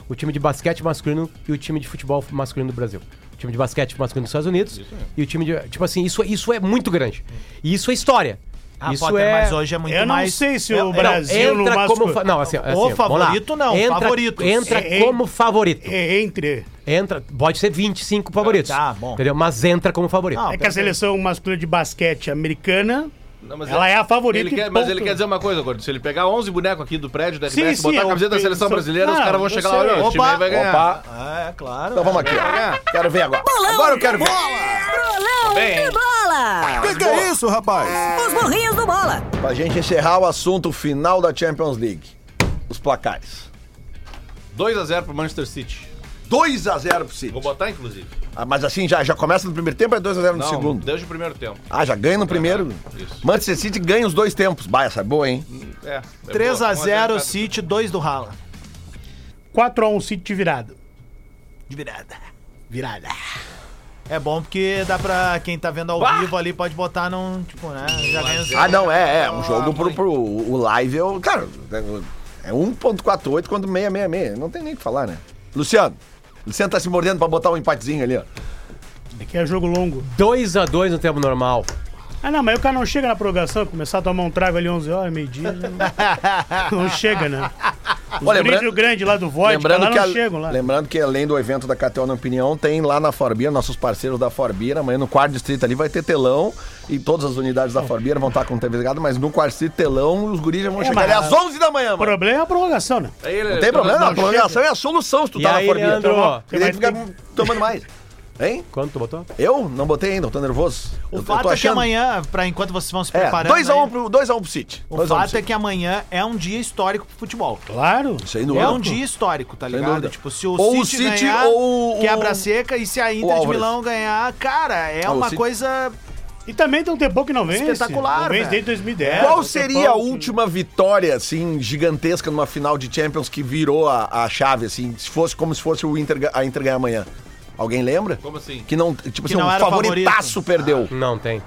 [SPEAKER 4] O time de basquete masculino e o time de futebol masculino do Brasil. O time de basquete masculino dos Estados Unidos e o time de. Tipo assim, isso, isso é muito grande. E isso é história.
[SPEAKER 5] Ah,
[SPEAKER 4] isso
[SPEAKER 5] Potter,
[SPEAKER 4] é.
[SPEAKER 5] mas hoje é muito
[SPEAKER 7] Eu não
[SPEAKER 5] mais...
[SPEAKER 7] sei se
[SPEAKER 5] É-
[SPEAKER 7] o
[SPEAKER 5] é-
[SPEAKER 4] Não,
[SPEAKER 7] Brasil no
[SPEAKER 4] entra
[SPEAKER 7] masculino-
[SPEAKER 4] como. fa- Não, assim, assim,
[SPEAKER 5] O
[SPEAKER 4] vamos lá.
[SPEAKER 5] favorito não,
[SPEAKER 4] entra,
[SPEAKER 5] favoritos.
[SPEAKER 4] Entra
[SPEAKER 7] É, é-
[SPEAKER 4] como favorito.
[SPEAKER 7] É, entre.
[SPEAKER 4] Entra, pode ser 25 favoritos.
[SPEAKER 5] Tá, bom.
[SPEAKER 4] Entendeu? Mas entra como favorito.
[SPEAKER 5] Ah,
[SPEAKER 7] É que a seleção masculina de basquete americana.
[SPEAKER 6] Não, mas
[SPEAKER 7] Ela é a favorita
[SPEAKER 6] ele
[SPEAKER 7] e
[SPEAKER 6] quer- mas
[SPEAKER 7] ponto.
[SPEAKER 6] ele quer dizer uma coisa, Gordo. Se ele pegar 11 bonecos aqui do prédio da
[SPEAKER 7] Sim,
[SPEAKER 6] RBS e
[SPEAKER 7] sim,
[SPEAKER 6] botar a
[SPEAKER 7] eu
[SPEAKER 6] camiseta da
[SPEAKER 7] penso-
[SPEAKER 6] seleção brasileira, os
[SPEAKER 7] Não,
[SPEAKER 6] caras vão
[SPEAKER 7] eu
[SPEAKER 6] chegar lá,
[SPEAKER 7] sei.
[SPEAKER 6] olha, o time
[SPEAKER 5] Opa,
[SPEAKER 6] aí vai ganhar.
[SPEAKER 2] Opa,
[SPEAKER 5] É, claro.
[SPEAKER 2] então vamos aqui. ó. Quero ver agora. Agora eu quero ver.
[SPEAKER 9] Bolão
[SPEAKER 6] Bem.
[SPEAKER 9] de bola!
[SPEAKER 3] Que que é isso, rapaz?
[SPEAKER 9] Os burrinhos do bola!
[SPEAKER 2] Pra gente encerrar o assunto final da Champions League. Os placares.
[SPEAKER 6] 2x0 pro Manchester City.
[SPEAKER 2] 2x0 pro
[SPEAKER 6] Vou
[SPEAKER 2] City.
[SPEAKER 6] botar, inclusive.
[SPEAKER 2] Ah, mas assim, já, já começa no primeiro tempo, é 2x0 no
[SPEAKER 6] Não,
[SPEAKER 2] segundo.
[SPEAKER 6] desde o primeiro tempo.
[SPEAKER 2] Ah, já ganha no primeiro.
[SPEAKER 6] Isso.
[SPEAKER 2] Manchester City ganha os dois tempos. Bah, essa é boa, hein?
[SPEAKER 6] É, é boa. 1
[SPEAKER 5] 3x0
[SPEAKER 6] cada.
[SPEAKER 5] City, 2 do Haaland.
[SPEAKER 7] 4x1 City de virada.
[SPEAKER 5] De virada. Virada. É bom porque dá pra quem tá vendo ao vivo ali, pode botar num, tipo, né, já ganha os...
[SPEAKER 2] Ah, não, é, é. Um jogo pro, pro o live é o. Cara, é 1.48 quanto 666. Não tem nem o que falar, né? Luciano. Luciano tá se mordendo pra botar um empatezinho ali, ó.
[SPEAKER 7] É que é jogo longo.
[SPEAKER 4] 2x2 no tempo normal.
[SPEAKER 7] Ah, não, mas o cara não chega na prorrogação, começar a tomar um trago ali 11 horas, meio-dia. já Não, não chega, né? Os
[SPEAKER 2] Ó,
[SPEAKER 7] lembrando,
[SPEAKER 2] lembrando-
[SPEAKER 7] grande lá do Void,
[SPEAKER 2] Lembrando
[SPEAKER 7] lá
[SPEAKER 2] que,
[SPEAKER 7] não
[SPEAKER 2] a-
[SPEAKER 7] chegam lá.
[SPEAKER 2] lembrando que além do evento da KTO na Opinião, tem lá na Forbira, nossos parceiros da Forbira, amanhã no quarto distrito ali vai ter telão e todas as unidades da Forbira vão estar com TV ligada, mas no quarto distrito telão os guris já
[SPEAKER 5] É,
[SPEAKER 2] vão chegar ali às 11 da manhã,
[SPEAKER 7] O
[SPEAKER 2] mano.
[SPEAKER 7] problema é a prorrogação, né?
[SPEAKER 6] Aí ele-
[SPEAKER 2] Não tem problema, a
[SPEAKER 7] chega.
[SPEAKER 2] prorrogação é a solução se tu
[SPEAKER 4] E
[SPEAKER 2] tá na
[SPEAKER 4] aí,
[SPEAKER 2] Forbira.
[SPEAKER 4] Leandro?
[SPEAKER 2] Então,
[SPEAKER 7] Você
[SPEAKER 2] e daí
[SPEAKER 7] vai
[SPEAKER 2] tu fica
[SPEAKER 7] ter-
[SPEAKER 2] tomando mais. Hein?
[SPEAKER 4] Quanto tu botou?
[SPEAKER 2] Eu não botei ainda, eu tô nervoso.
[SPEAKER 5] O
[SPEAKER 2] eu, eu
[SPEAKER 5] fato
[SPEAKER 2] tô
[SPEAKER 5] é que
[SPEAKER 2] achando...
[SPEAKER 5] amanhã, pra enquanto vocês vão se
[SPEAKER 2] É,
[SPEAKER 5] preparando...
[SPEAKER 2] 2x1 um
[SPEAKER 5] aí,
[SPEAKER 2] pro, dois a um pro City.
[SPEAKER 5] O
[SPEAKER 2] Dois a um pro
[SPEAKER 5] fato é
[SPEAKER 2] City.
[SPEAKER 5] que amanhã é um dia histórico pro futebol.
[SPEAKER 7] Claro.
[SPEAKER 2] Isso aí no
[SPEAKER 5] é
[SPEAKER 2] ano.
[SPEAKER 5] um dia histórico, tá
[SPEAKER 2] Sem
[SPEAKER 5] ligado?
[SPEAKER 2] dúvida.
[SPEAKER 5] Tipo, se o
[SPEAKER 2] Ou o
[SPEAKER 5] City,
[SPEAKER 2] City
[SPEAKER 5] ganhar,
[SPEAKER 2] ou o-
[SPEAKER 5] quebra seca, e se a Inter de
[SPEAKER 2] Álvares.
[SPEAKER 5] Milão ganhar, cara, é
[SPEAKER 2] Ah, o
[SPEAKER 5] uma
[SPEAKER 2] City-
[SPEAKER 5] coisa...
[SPEAKER 7] E também tem um tempo que não vence.
[SPEAKER 5] Espetacular,
[SPEAKER 7] Não vence
[SPEAKER 5] velho.
[SPEAKER 7] desde 2010.
[SPEAKER 2] Qual
[SPEAKER 7] um
[SPEAKER 2] seria a
[SPEAKER 7] tempão que-
[SPEAKER 2] última vitória, assim, gigantesca numa final de Champions que virou a, a chave, assim, se fosse como se fosse o Inter, ga- a Inter ganhar amanhã? Alguém lembra?
[SPEAKER 6] Como assim?
[SPEAKER 2] Que não, tipo assim,
[SPEAKER 5] não
[SPEAKER 2] um
[SPEAKER 5] era
[SPEAKER 2] favoritaço perdeu.
[SPEAKER 4] Não tem.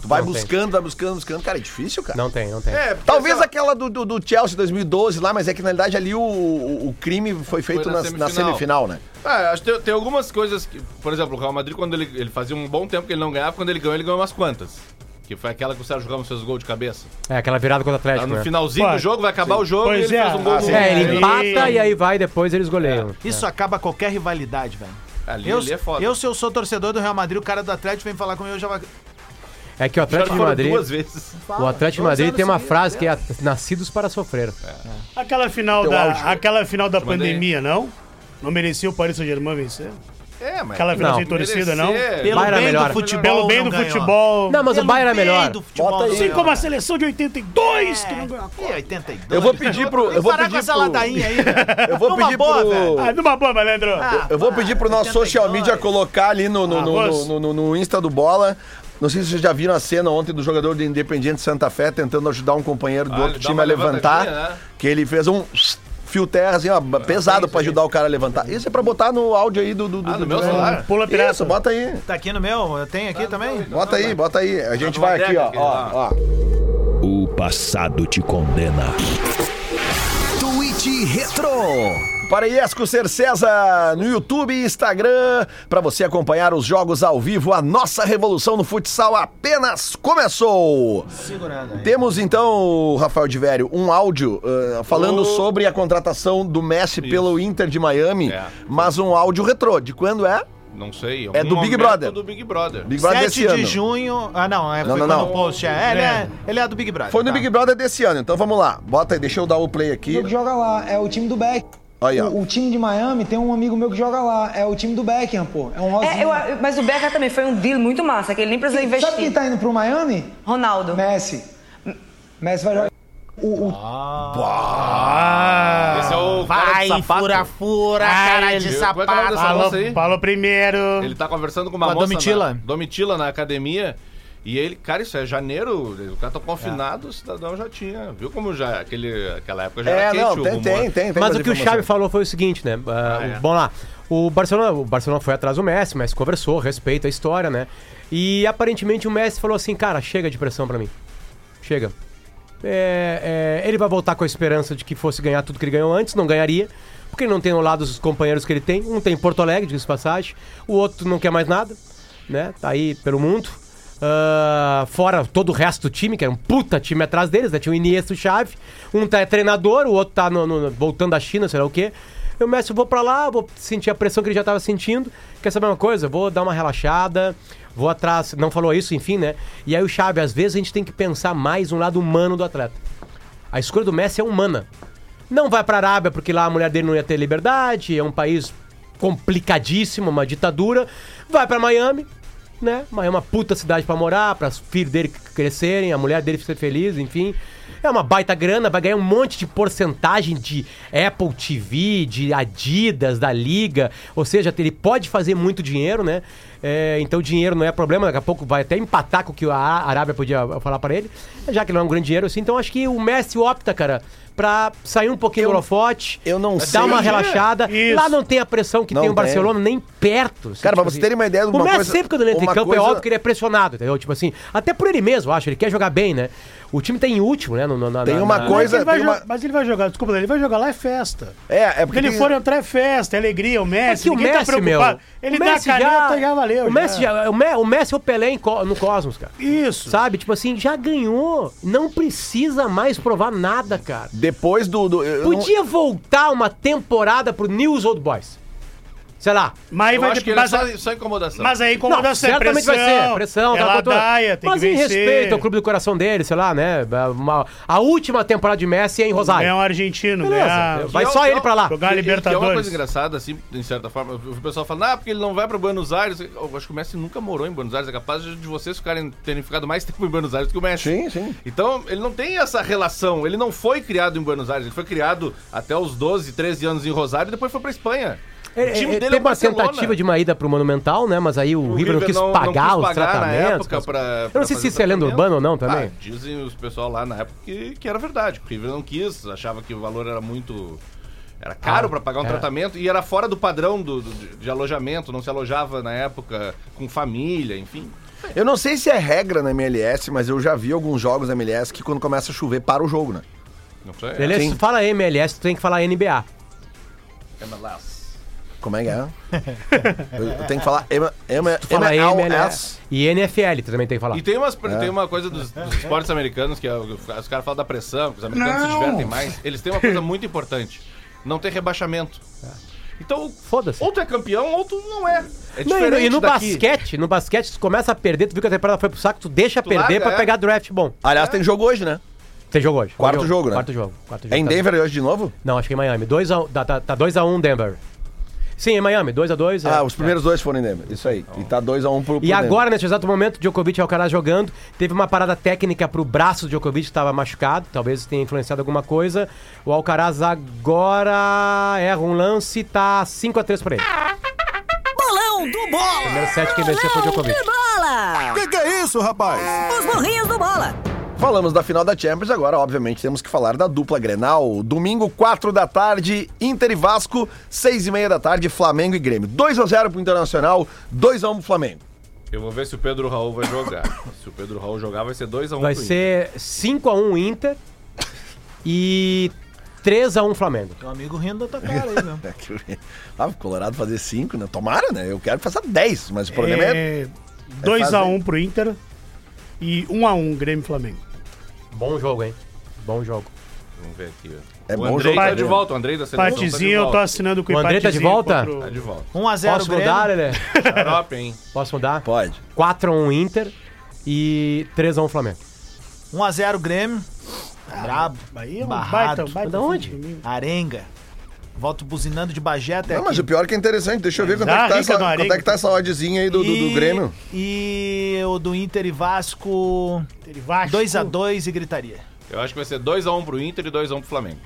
[SPEAKER 2] tu vai
[SPEAKER 4] não tem.
[SPEAKER 2] buscando, vai buscando, buscando. Cara, é difícil, cara.
[SPEAKER 4] Não tem, não tem.
[SPEAKER 6] É, porque,
[SPEAKER 2] Talvez
[SPEAKER 6] sei
[SPEAKER 2] aquela do, do, do Chelsea 2012 lá, mas é que na realidade ali o, o, o crime foi feito na,
[SPEAKER 6] na
[SPEAKER 2] na
[SPEAKER 6] semifinal.
[SPEAKER 2] semifinal, né?
[SPEAKER 6] lá. Ah, acho que tem, tem algumas coisas que, por exemplo, o Real Madrid, quando ele, ele fazia um bom tempo que ele não ganhava, quando ele ganhou, ele ganhou umas quantas. Que foi aquela que o Sérgio Ramos fez gol de cabeça.
[SPEAKER 4] É, aquela virada contra o
[SPEAKER 6] Tá
[SPEAKER 4] Atlético,
[SPEAKER 6] no
[SPEAKER 4] né?
[SPEAKER 6] finalzinho
[SPEAKER 7] Claro.
[SPEAKER 6] do jogo, vai acabar o jogo
[SPEAKER 7] Pois
[SPEAKER 6] e ele
[SPEAKER 7] é.
[SPEAKER 6] fez um gol.
[SPEAKER 7] Ah, sim.
[SPEAKER 4] É, ele
[SPEAKER 7] Aí-
[SPEAKER 4] empata e aí vai depois eles goleiam.
[SPEAKER 2] É.
[SPEAKER 5] Isso acaba qualquer rivalidade, velho.
[SPEAKER 6] Ali,
[SPEAKER 5] Eu,
[SPEAKER 6] ali é foda.
[SPEAKER 5] eu, se eu sou torcedor do Real Madrid, o cara do Atlético vem falar comigo, eu já vai...
[SPEAKER 4] É que o
[SPEAKER 6] Já
[SPEAKER 4] Atlético de
[SPEAKER 6] foram
[SPEAKER 4] Madrid.
[SPEAKER 6] duas vezes.
[SPEAKER 4] O Atlético de
[SPEAKER 5] Dois
[SPEAKER 4] Madrid
[SPEAKER 5] anos
[SPEAKER 4] tem uma
[SPEAKER 5] seguidos,
[SPEAKER 4] frase que é nascidos para sofrer.
[SPEAKER 7] Aquela final
[SPEAKER 2] Teu
[SPEAKER 7] da,
[SPEAKER 2] áudio.
[SPEAKER 7] aquela final da
[SPEAKER 6] mandei.
[SPEAKER 7] pandemia, não? Não merecia o Paris Saint-Germain vencer?
[SPEAKER 6] É, mas.
[SPEAKER 7] Aquela
[SPEAKER 4] Não.
[SPEAKER 7] virada torcida, não.
[SPEAKER 6] Merecer-
[SPEAKER 5] Pelo
[SPEAKER 4] Bayern é
[SPEAKER 5] bem
[SPEAKER 4] melhor.
[SPEAKER 5] do futebol.
[SPEAKER 7] Pelo bem do
[SPEAKER 5] não ganhou.
[SPEAKER 7] futebol.
[SPEAKER 4] Não, mas o
[SPEAKER 5] Pelo
[SPEAKER 4] Bayern é
[SPEAKER 5] bem
[SPEAKER 4] melhor.
[SPEAKER 5] do futebol,
[SPEAKER 2] Bota
[SPEAKER 5] não
[SPEAKER 2] aí.
[SPEAKER 7] Assim
[SPEAKER 5] ganhou.
[SPEAKER 7] como a seleção de 82, que não ganhou a
[SPEAKER 5] É,
[SPEAKER 7] Copa.
[SPEAKER 5] 82.
[SPEAKER 2] Eu vou pedir pro. Eu vou
[SPEAKER 5] Parar com
[SPEAKER 2] pedir
[SPEAKER 5] essa
[SPEAKER 2] pro.
[SPEAKER 5] ladainha aí. velho.
[SPEAKER 2] Eu vou
[SPEAKER 5] Numa
[SPEAKER 2] pedir
[SPEAKER 5] boa, velho.
[SPEAKER 7] Ah,
[SPEAKER 2] pro.
[SPEAKER 7] numa boa, malandro.
[SPEAKER 5] Ah,
[SPEAKER 2] Eu vou
[SPEAKER 5] pá,
[SPEAKER 2] pedir pro nosso social
[SPEAKER 5] 82.
[SPEAKER 2] media colocar ali no, no,
[SPEAKER 7] Ah,
[SPEAKER 2] no,
[SPEAKER 7] moço.
[SPEAKER 2] no, no- no Insta do Bola. Não sei se vocês já viram a cena ontem do jogador do Independiente Santa Fé tentando ajudar um companheiro do
[SPEAKER 6] Ah,
[SPEAKER 2] outro
[SPEAKER 6] ele dá
[SPEAKER 2] time
[SPEAKER 6] uma
[SPEAKER 2] a levantar.
[SPEAKER 6] levantadinha, né?
[SPEAKER 2] Que ele fez um fio terra assim, ó, pesado pra ajudar o cara a levantar. Isso é pra botar no áudio aí do. do, do
[SPEAKER 6] Ah, no
[SPEAKER 2] do-
[SPEAKER 6] meu
[SPEAKER 2] do-
[SPEAKER 6] celular?
[SPEAKER 7] Pula pirata.
[SPEAKER 2] Isso, bota aí.
[SPEAKER 5] Tá aqui no meu? Eu tenho aqui também?
[SPEAKER 2] Bota aí, bota aí.
[SPEAKER 6] Tá
[SPEAKER 2] A gente vai aqui, ó. ó, ó.
[SPEAKER 1] O passado te condena.
[SPEAKER 8] Tweet Retro.
[SPEAKER 2] Para Iesco Ser César no YouTube e Instagram, para você acompanhar os jogos ao vivo, a nossa revolução no futsal apenas começou.
[SPEAKER 5] Segurando aí.
[SPEAKER 2] Temos então, Rafael de Vério, um áudio ah, falando sobre a contratação do Messi pelo Inter de Miami,
[SPEAKER 6] É.
[SPEAKER 2] mas um áudio retrô. De quando é?
[SPEAKER 6] Não sei.
[SPEAKER 2] É do
[SPEAKER 6] algum
[SPEAKER 2] Big
[SPEAKER 6] momento
[SPEAKER 2] Brother.
[SPEAKER 6] do Big Brother.
[SPEAKER 2] Big Brother
[SPEAKER 5] 7
[SPEAKER 2] desse
[SPEAKER 5] de
[SPEAKER 2] ano.
[SPEAKER 5] junho. Ah, não, é
[SPEAKER 2] Não,
[SPEAKER 5] foi
[SPEAKER 2] não,
[SPEAKER 5] quando
[SPEAKER 2] não.
[SPEAKER 5] o post. É, ele, é, ele é do Big Brother.
[SPEAKER 2] Foi no
[SPEAKER 5] tá.
[SPEAKER 2] Big Brother desse ano, então vamos lá. Bota aí, deixa eu dar o play aqui.
[SPEAKER 10] que joga lá, é o time do Beck.
[SPEAKER 2] Aí, ó.
[SPEAKER 10] O, o time de Miami tem um amigo meu que joga lá, é o time do Beckham, pô. É um rosinha.
[SPEAKER 11] É, eu- eu- mas o Becker também foi um deal muito massa, que ele nem precisou investir.
[SPEAKER 10] Sabe quem tá indo pro Miami?
[SPEAKER 11] Ronaldo.
[SPEAKER 10] Messi. Messi vai jogar. O, o
[SPEAKER 6] Esse é o cara de
[SPEAKER 5] Vai,
[SPEAKER 6] sapato.
[SPEAKER 5] fura, fura, cara de
[SPEAKER 6] viu? Como é que é o nome
[SPEAKER 5] sapato.
[SPEAKER 6] dessa moça aí?
[SPEAKER 7] Falou, falou primeiro.
[SPEAKER 6] Ele tá conversando com uma
[SPEAKER 5] Com a
[SPEAKER 6] moça
[SPEAKER 5] Domitila.
[SPEAKER 6] Na, Domitila na academia. E ele, cara, isso é janeiro, o cara tá confinado, o cidadão já tinha. Viu como já, aquele, aquela época já
[SPEAKER 2] É,
[SPEAKER 6] era quente
[SPEAKER 2] não,
[SPEAKER 6] o
[SPEAKER 2] tem,
[SPEAKER 6] rumor.
[SPEAKER 2] tem, tem, tem
[SPEAKER 4] Mas
[SPEAKER 2] mais
[SPEAKER 4] o que o
[SPEAKER 2] informação.
[SPEAKER 4] Xavi falou foi o seguinte, né? Ah,
[SPEAKER 6] Ah, é.
[SPEAKER 4] o- Bom lá, o Barcelona, o Barcelona foi atrás do Messi, mas conversou, respeita a história, né? E aparentemente o Messi falou assim, cara, chega de pressão pra mim. Chega. É, é, ele vai voltar com a esperança de que fosse ganhar tudo que ele ganhou antes, não ganharia. Porque ele não tem ao lado os companheiros que ele tem. Um tem em Porto Alegre, diga-se de passagem. O outro não quer mais nada, né? Tá aí pelo mundo. Ah, fora todo o resto do time, que era um puta time atrás deles, né? Tinha o Iniesta e o Chave. Um tá é treinador, o outro tá no- no- voltando da China, sei lá o quê. Eu, Messi, eu vou pra lá, vou sentir a pressão que ele já tava sentindo. Quer saber uma coisa? Vou dar uma relaxada, vou atrás. Não falou isso, enfim, né? E aí o Xavi, às vezes a gente tem que pensar mais um lado humano do atleta. A escolha do Messi é humana. Não vai pra Arábia porque lá a mulher dele não ia ter liberdade, é um país complicadíssimo, uma ditadura. Vai pra Miami, né? Mas é uma puta cidade pra morar, para filhos dele crescerem, a mulher dele ser feliz, enfim. É uma baita grana, vai ganhar um monte de porcentagem de Apple TV, de Adidas, da Liga. Ou seja, ele pode fazer muito dinheiro, né? É, então dinheiro não é problema, daqui a pouco vai até empatar com o que a Arábia podia falar pra ele, já que não é um grande dinheiro assim. Então acho que o Messi opta, cara, pra sair um pouquinho do holofote,
[SPEAKER 2] eu não
[SPEAKER 4] dar
[SPEAKER 2] sei.
[SPEAKER 4] uma relaxada.
[SPEAKER 7] Isso.
[SPEAKER 4] Lá não tem a pressão que
[SPEAKER 2] Não
[SPEAKER 4] tem o
[SPEAKER 2] tem.
[SPEAKER 4] Barcelona, nem perto. assim,
[SPEAKER 2] Cara, pra
[SPEAKER 4] tipo
[SPEAKER 2] vocês
[SPEAKER 4] assim.
[SPEAKER 2] terem uma ideia de uma
[SPEAKER 4] O Messi
[SPEAKER 2] coisa-
[SPEAKER 4] sempre quando ele entra em
[SPEAKER 2] uma
[SPEAKER 4] campo é
[SPEAKER 2] coisa-
[SPEAKER 4] óbvio que ele é pressionado, entendeu? Tipo assim, até por ele mesmo, eu acho. Ele quer jogar bem, né? O time tá em último, né? No, no- na-
[SPEAKER 2] Tem
[SPEAKER 4] na-
[SPEAKER 2] uma
[SPEAKER 4] na-
[SPEAKER 7] Mas,
[SPEAKER 2] coisa-
[SPEAKER 7] ele vai
[SPEAKER 2] é, tem
[SPEAKER 7] jo-
[SPEAKER 2] uma-
[SPEAKER 7] mas ele vai jogar, desculpa, ele vai jogar lá é festa.
[SPEAKER 2] É, é
[SPEAKER 7] Porque
[SPEAKER 2] porque
[SPEAKER 7] ele
[SPEAKER 2] tem-
[SPEAKER 7] for entrar é festa, é alegria, o
[SPEAKER 4] Mas
[SPEAKER 7] Messi,
[SPEAKER 4] que o
[SPEAKER 7] ninguém
[SPEAKER 4] Messi,
[SPEAKER 7] tá
[SPEAKER 4] meu.
[SPEAKER 7] preocupado. Ele
[SPEAKER 4] o tá-
[SPEAKER 7] dá a caneta já, valeu.
[SPEAKER 4] O Messi, já, o, Me- o Messi é o Pelé em co- no Cosmos, cara.
[SPEAKER 7] Isso.
[SPEAKER 4] Sabe? Tipo assim, já ganhou. Não precisa mais provar nada, cara.
[SPEAKER 2] depois do, do eu não-
[SPEAKER 4] Podia voltar uma temporada pro News Old Boys. Sei lá.
[SPEAKER 7] Mas aí
[SPEAKER 6] Eu
[SPEAKER 7] vai
[SPEAKER 6] acho que
[SPEAKER 7] ter,
[SPEAKER 6] ele é
[SPEAKER 7] mas,
[SPEAKER 6] só, só incomodação.
[SPEAKER 2] né?
[SPEAKER 7] mas aí como dá certo,
[SPEAKER 4] certamente
[SPEAKER 7] pressão,
[SPEAKER 4] vai ser. Pressão,
[SPEAKER 7] é
[SPEAKER 4] tá com tudo.
[SPEAKER 7] ladaia, tem
[SPEAKER 4] Mas
[SPEAKER 7] que
[SPEAKER 4] em
[SPEAKER 7] vencer.
[SPEAKER 4] respeito ao clube do coração dele, sei lá, né? Uma- a última temporada de Messi é em Rosário.
[SPEAKER 7] É um argentino,
[SPEAKER 4] Beleza.
[SPEAKER 7] ganhar-
[SPEAKER 4] vai
[SPEAKER 6] Que
[SPEAKER 4] só
[SPEAKER 6] é o-
[SPEAKER 4] ele pra lá.
[SPEAKER 7] jogar a
[SPEAKER 6] E- e que É uma coisa
[SPEAKER 7] Libertadores.
[SPEAKER 6] engraçada, assim, de certa forma. Eu vi o pessoal falando, ah, porque ele não vai pra Buenos Aires. Eu acho que o Messi nunca morou em Buenos Aires. É capaz de vocês ficarem, terem ficado mais tempo em Buenos Aires que o Messi.
[SPEAKER 2] Sim, sim.
[SPEAKER 6] Então, ele não tem essa relação. Ele não foi criado em Buenos Aires. Ele foi criado até os 12, 13 anos em Rosário e depois foi pra Espanha.
[SPEAKER 4] Ele, ele
[SPEAKER 6] é
[SPEAKER 4] teve é, uma tentativa de uma ida pro Monumental, né? Mas aí o, River não quis pagar os tratamentos. mas- Eu não sei se isso é lenda urbana ou não também.
[SPEAKER 6] Ah, dizem os pessoal lá na época que, que era verdade. que O River não quis, achava que o valor era muito. Era caro
[SPEAKER 4] Ah,
[SPEAKER 6] pra pagar um
[SPEAKER 4] era.
[SPEAKER 6] tratamento e era fora do padrão do, do- de, de alojamento, não se alojava na época com família, enfim.
[SPEAKER 2] Eu não sei se é regra na MLS, mas eu já vi alguns jogos na MLS que quando começa a chover, para o jogo, né?
[SPEAKER 6] Não sei.
[SPEAKER 4] Beleza?
[SPEAKER 2] Sim.
[SPEAKER 4] Se fala MLS, tu tem que falar NBA.
[SPEAKER 6] MLS.
[SPEAKER 2] Como é que é? eu, eu tenho que falar M, M,
[SPEAKER 4] Tu fala MLS
[SPEAKER 2] MLS.
[SPEAKER 4] e NFL, tu também tem que falar.
[SPEAKER 6] E tem, umas,
[SPEAKER 4] É.
[SPEAKER 6] tem uma coisa dos, dos esportes americanos que é o- os caras falam da pressão, que os americanos se divertem mais. Eles têm uma coisa muito importante: não tem rebaixamento. Então,
[SPEAKER 4] É. Foda-se.
[SPEAKER 6] ou tu é campeão ou tu não é. É
[SPEAKER 4] Não, e no,
[SPEAKER 6] diferente
[SPEAKER 4] e no
[SPEAKER 6] daqui.
[SPEAKER 4] basquete, no basquete, tu começa a perder, tu viu que a temporada foi pro saco, tu deixa
[SPEAKER 6] Tu
[SPEAKER 4] perder
[SPEAKER 6] larga,
[SPEAKER 4] pra
[SPEAKER 6] é.
[SPEAKER 4] pegar draft bom.
[SPEAKER 2] Aliás, tem jogo hoje, né?
[SPEAKER 4] Tem jogo hoje.
[SPEAKER 2] Quarto
[SPEAKER 4] Qual
[SPEAKER 2] jogo, né?
[SPEAKER 4] Quarto jogo. Quarto jogo
[SPEAKER 2] É em
[SPEAKER 4] tá-
[SPEAKER 2] Denver hoje de novo?
[SPEAKER 4] Não, acho que é em Miami. Dois a, é. um- tá 2x1 um Denver. Sim, em Miami, 2x2.
[SPEAKER 2] Ah, os primeiros dois foram em Denver. Isso aí. E tá 2x1 pro, pro
[SPEAKER 4] E
[SPEAKER 2] Denver.
[SPEAKER 4] agora, nesse exato momento, Djokovic e Alcaraz jogando. Teve uma parada técnica pro braço do Djokovic, que estava machucado. Talvez tenha influenciado alguma coisa. O Alcaraz agora erra um lance e tá 5x3 pra ele.
[SPEAKER 9] Bolão do Bola!
[SPEAKER 4] Primeiro set que venceu foi o
[SPEAKER 9] Bolão
[SPEAKER 4] Djokovic.
[SPEAKER 9] do Bola!
[SPEAKER 3] Que que é isso, rapaz?
[SPEAKER 9] Os morrinhos do Bola!
[SPEAKER 2] Falamos da final da Champions, agora, obviamente, temos que falar da dupla Grenal. Domingo, 4 da tarde, Inter e Vasco, 6 e meia da tarde, Flamengo e Grêmio. 2x0 pro Internacional, 2x1 pro Flamengo.
[SPEAKER 6] Eu vou ver se o Pedro Raul vai jogar. se o Pedro Raul jogar, vai ser 2x1
[SPEAKER 4] Vai
[SPEAKER 6] pro
[SPEAKER 4] ser 5x1 Inter e 3x1 Flamengo.
[SPEAKER 5] Teu amigo rindo da tua cara aí, né?
[SPEAKER 2] É que Ah, o Colorado fazer 5, né? Tomara, né? Eu quero que faça 10, mas o problema é...
[SPEAKER 7] 2x1
[SPEAKER 2] fazer.
[SPEAKER 7] pro Inter e 1x1 Grêmio e Flamengo.
[SPEAKER 4] Bom jogo, hein? Bom jogo.
[SPEAKER 6] Vamos ver aqui. ó.
[SPEAKER 2] É
[SPEAKER 6] o
[SPEAKER 2] bom
[SPEAKER 6] Andrei
[SPEAKER 7] jogar,
[SPEAKER 6] tá de
[SPEAKER 7] né?
[SPEAKER 6] volta, o Andrei da seleção
[SPEAKER 7] Empatezinho, eu tô
[SPEAKER 6] tá de volta.
[SPEAKER 7] assinando com
[SPEAKER 4] O André tá de
[SPEAKER 7] empatezinho
[SPEAKER 4] volta?
[SPEAKER 7] contra o-
[SPEAKER 6] Tá de volta.
[SPEAKER 5] 1x0
[SPEAKER 4] Posso mudar,
[SPEAKER 5] Grêmio.
[SPEAKER 4] Lelê?
[SPEAKER 6] Xarope, hein?
[SPEAKER 4] Posso mudar?
[SPEAKER 2] Pode.
[SPEAKER 4] 4x1 Inter e 3x1 Flamengo.
[SPEAKER 5] 1x0 Grêmio. Brabo.
[SPEAKER 7] Bahia é um
[SPEAKER 5] Barrado.
[SPEAKER 7] baita, baita.
[SPEAKER 4] Da onde?
[SPEAKER 5] Arenga. Volto buzinando de Bagé até
[SPEAKER 2] Não,
[SPEAKER 5] aqui.
[SPEAKER 2] mas o pior é que é interessante. Deixa eu ver quanto,
[SPEAKER 7] Ah,
[SPEAKER 2] é que, tá
[SPEAKER 7] rica
[SPEAKER 2] essa,
[SPEAKER 7] do Arenga.
[SPEAKER 2] quanto é que tá essa oddzinha aí do, do, do
[SPEAKER 5] E-
[SPEAKER 2] Grêmio.
[SPEAKER 5] E o do Inter e Vasco,
[SPEAKER 7] Ele Vasco.
[SPEAKER 5] 2x2 e gritaria.
[SPEAKER 6] Eu acho que vai ser 2x1 pro Inter e 2x1 pro Flamengo.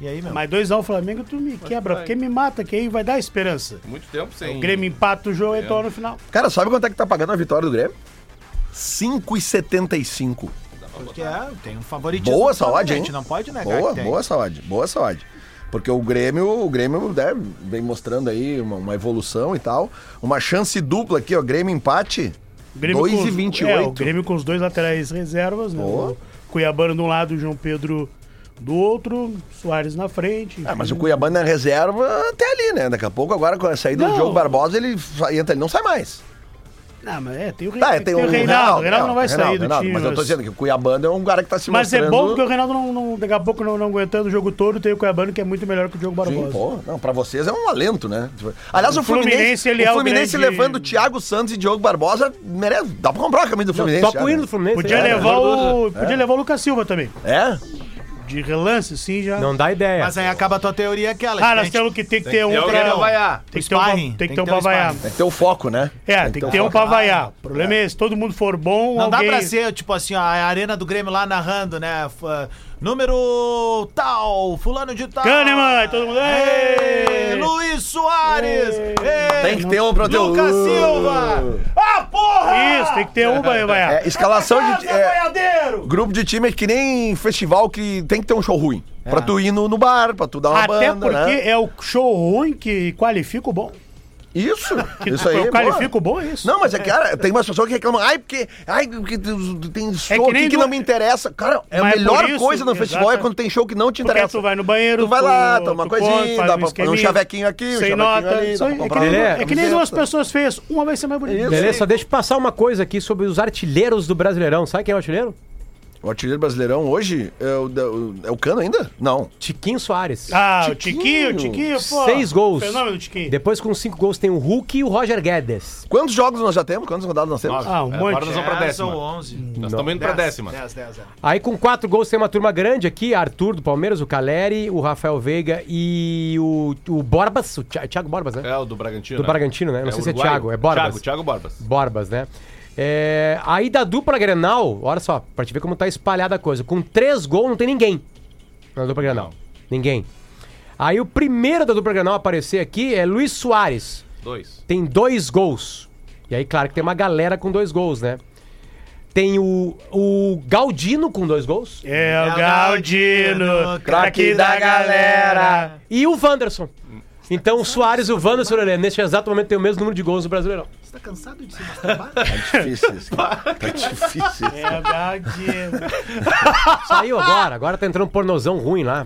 [SPEAKER 5] E aí, meu?
[SPEAKER 7] Então. Mas 2x1 Flamengo, tu me quebra, porque me mata, que aí vai dar esperança.
[SPEAKER 6] Muito tempo sem.
[SPEAKER 7] O Grêmio empata o jogo e torna no final.
[SPEAKER 2] Cara, sabe quanto é que tá pagando a vitória do Grêmio? 5,75.
[SPEAKER 5] Porque é, tem um favoritismo.
[SPEAKER 2] Boa essa
[SPEAKER 5] claro,
[SPEAKER 2] odd, hein?
[SPEAKER 5] gente, Não pode negar
[SPEAKER 2] Boa,
[SPEAKER 5] que tem.
[SPEAKER 2] boa essa odd, boa essa odd. Porque o Grêmio, o Grêmio né, vem mostrando aí uma, uma evolução e tal. Uma chance dupla aqui, ó, Grêmio empate,
[SPEAKER 7] O Grêmio com os- É, o
[SPEAKER 2] 2,28.
[SPEAKER 7] Grêmio com os dois laterais reservas, né?
[SPEAKER 2] Boa.
[SPEAKER 7] O Cuiabano de um lado, o João Pedro do outro, Soares na frente.
[SPEAKER 2] Ah, mas o
[SPEAKER 7] enfim.
[SPEAKER 2] Cuiabá na reserva até ali, né? Daqui a pouco, agora com a saída do
[SPEAKER 7] Não.
[SPEAKER 2] Diogo Barbosa, ele fa- entra ali, não sai mais.
[SPEAKER 7] Ah, mas é, tem o, Re...
[SPEAKER 2] Tá,
[SPEAKER 7] tem o Reinaldo. O Reinaldo não vai sair do
[SPEAKER 2] Reinaldo,
[SPEAKER 7] time.
[SPEAKER 2] Mas eu tô dizendo que o Cuiabá é um cara que tá se
[SPEAKER 7] Mas é
[SPEAKER 2] mostrando...
[SPEAKER 7] bom porque o Reinaldo não, não- daqui a pouco não, não aguentando o jogo todo, tem o Cuiabano que é muito melhor que o Diogo
[SPEAKER 2] Sim,
[SPEAKER 7] Barbosa.
[SPEAKER 2] pô. Não, pra vocês é um alento, né? Tipo, Aliás, o,
[SPEAKER 7] O
[SPEAKER 2] Fluminense,
[SPEAKER 7] Fluminense, ele
[SPEAKER 2] o
[SPEAKER 7] é o
[SPEAKER 2] Fluminense
[SPEAKER 7] grande-
[SPEAKER 2] levando o Thiago Santos e Diogo Barbosa, merece. Dá pra comprar a camisa do Fluminense.
[SPEAKER 4] Toca
[SPEAKER 2] já,
[SPEAKER 4] o
[SPEAKER 2] né?
[SPEAKER 4] hino do Fluminense.
[SPEAKER 7] Podia,
[SPEAKER 4] né?
[SPEAKER 7] levar o, podia levar o Lucas Silva também.
[SPEAKER 2] É?
[SPEAKER 7] De relance, sim, já.
[SPEAKER 4] Não dá ideia.
[SPEAKER 5] Mas aí acaba a tua teoria aquela.
[SPEAKER 7] Ah,
[SPEAKER 5] que
[SPEAKER 7] nós
[SPEAKER 5] tem-
[SPEAKER 7] temos que ter que ter um
[SPEAKER 6] ter alguém
[SPEAKER 7] pra-
[SPEAKER 6] pra vaiar.
[SPEAKER 7] Tem que ter um pra-
[SPEAKER 5] Sparring,
[SPEAKER 7] tem que ter um pra vaiar.
[SPEAKER 5] sparring.
[SPEAKER 2] Tem que ter o foco, né?
[SPEAKER 7] É, tem que ter um pra vaiar. O problema é esse, todo mundo for bom,
[SPEAKER 5] Não
[SPEAKER 7] alguém...
[SPEAKER 5] dá pra ser, tipo assim, ó, a arena do Grêmio lá narrando, né? F- ah, número tal, fulano de tal.
[SPEAKER 7] Kahneman, e todo mundo...
[SPEAKER 5] Ê,
[SPEAKER 7] Ê!
[SPEAKER 5] Luiz Soares! Ê,
[SPEAKER 2] Tem que ter um pra ter o-
[SPEAKER 5] Lucas Silva! Ah, porra!
[SPEAKER 7] Isso, tem que ter um pra vaiar.
[SPEAKER 2] É, escalação de.
[SPEAKER 7] Casa,
[SPEAKER 2] é,
[SPEAKER 7] vaiadeiro!
[SPEAKER 2] grupo de time é que nem festival que tem que ter um show ruim. Pra tu ir no, no bar, pra tu dar É uma
[SPEAKER 7] É. Até
[SPEAKER 2] banda,
[SPEAKER 7] porque
[SPEAKER 2] né?
[SPEAKER 7] é o show ruim que qualifica o bom.
[SPEAKER 2] Isso,
[SPEAKER 7] Que
[SPEAKER 2] isso aí.
[SPEAKER 7] eu
[SPEAKER 2] boa.
[SPEAKER 7] qualifico o bom é isso.
[SPEAKER 2] Não, mas é que, cara, tem umas pessoas que reclamam, ai, porque, ai, porque tem show
[SPEAKER 7] É que
[SPEAKER 2] aqui
[SPEAKER 7] nem
[SPEAKER 2] que
[SPEAKER 7] do-
[SPEAKER 2] não me interessa. Cara, é a
[SPEAKER 7] Mas é
[SPEAKER 2] melhor
[SPEAKER 7] por isso,
[SPEAKER 2] coisa no festival é
[SPEAKER 7] exata-
[SPEAKER 2] quando tem show que não te
[SPEAKER 7] Porque
[SPEAKER 2] interessa.
[SPEAKER 7] tu vai no banheiro,
[SPEAKER 2] Tu vai lá,
[SPEAKER 7] tu-
[SPEAKER 2] toma uma
[SPEAKER 7] tu
[SPEAKER 2] coisinha,
[SPEAKER 7] come, faz
[SPEAKER 2] dá
[SPEAKER 7] um
[SPEAKER 2] pra fazer um
[SPEAKER 7] esqueminha,
[SPEAKER 2] chavequinho aqui, um chavequinho
[SPEAKER 7] sem nota.
[SPEAKER 2] ali,
[SPEAKER 7] isso
[SPEAKER 2] dá pra
[SPEAKER 7] aí, é que
[SPEAKER 2] comprar
[SPEAKER 7] nem,
[SPEAKER 4] uma
[SPEAKER 7] é que nem duas
[SPEAKER 2] camiseta.
[SPEAKER 7] pessoas fez, uma vai ser mais bonita.
[SPEAKER 2] Isso.
[SPEAKER 4] Beleza, só deixa eu passar uma coisa aqui sobre os artilheiros do Brasileirão. Sabe quem é o artilheiro?
[SPEAKER 2] O artilheiro brasileirão hoje é o, da- o- é o Cano ainda? Não.
[SPEAKER 4] Tiquinho Soares.
[SPEAKER 7] Ah,
[SPEAKER 2] Tiquinho.
[SPEAKER 7] o Tiquinho, Tiquinho, pô.
[SPEAKER 4] Seis gols.
[SPEAKER 7] Fenômeno do Tiquinho.
[SPEAKER 4] Depois, com cinco gols, tem o Hulk e o Roger Guedes.
[SPEAKER 2] Quantos jogos nós já temos? Quantas rodadas nós temos?
[SPEAKER 6] Nove.
[SPEAKER 7] Ah, um
[SPEAKER 6] É,
[SPEAKER 7] monte.
[SPEAKER 6] Agora nós vamos pra
[SPEAKER 5] São
[SPEAKER 6] décima.
[SPEAKER 5] 11.
[SPEAKER 6] Nós estamos indo pra décima.
[SPEAKER 5] 10, 10, 10.
[SPEAKER 4] Aí, com quatro gols, tem uma turma grande aqui: Arthur do Palmeiras, o Caleri, o Rafael Veiga e o, o Borbas, o Thi- Thiago Borbas, né?
[SPEAKER 6] É o do Bragantino.
[SPEAKER 4] Do Bragantino, né? Não sei se é Thiago, é Borbas.
[SPEAKER 6] Thiago, Thiago Borbas.
[SPEAKER 4] Borbas, né? É, aí da dupla Grenal, olha só, pra te ver como tá espalhada a coisa. Com três gols não tem ninguém na dupla Grenal. Ninguém. Aí o primeiro da dupla Grenal a aparecer aqui é Luiz Soares.
[SPEAKER 6] Dois.
[SPEAKER 4] Tem dois gols. E aí, claro que tem uma galera com dois gols, né? Tem o, o Galdino com dois gols.
[SPEAKER 7] É o Galdino,
[SPEAKER 2] craque
[SPEAKER 7] craque
[SPEAKER 2] da
[SPEAKER 7] da galera.
[SPEAKER 4] E o Wanderson. Então o Soares e o Wanderson, Lelê, nesse exato momento, tem o mesmo número de gols no Brasileirão.
[SPEAKER 5] Você tá cansado de se masturbar?
[SPEAKER 2] Tá Difícil isso, cara. Tá difícil.
[SPEAKER 7] É o Galdino.
[SPEAKER 4] Saiu agora, agora tá entrando um pornozão ruim lá.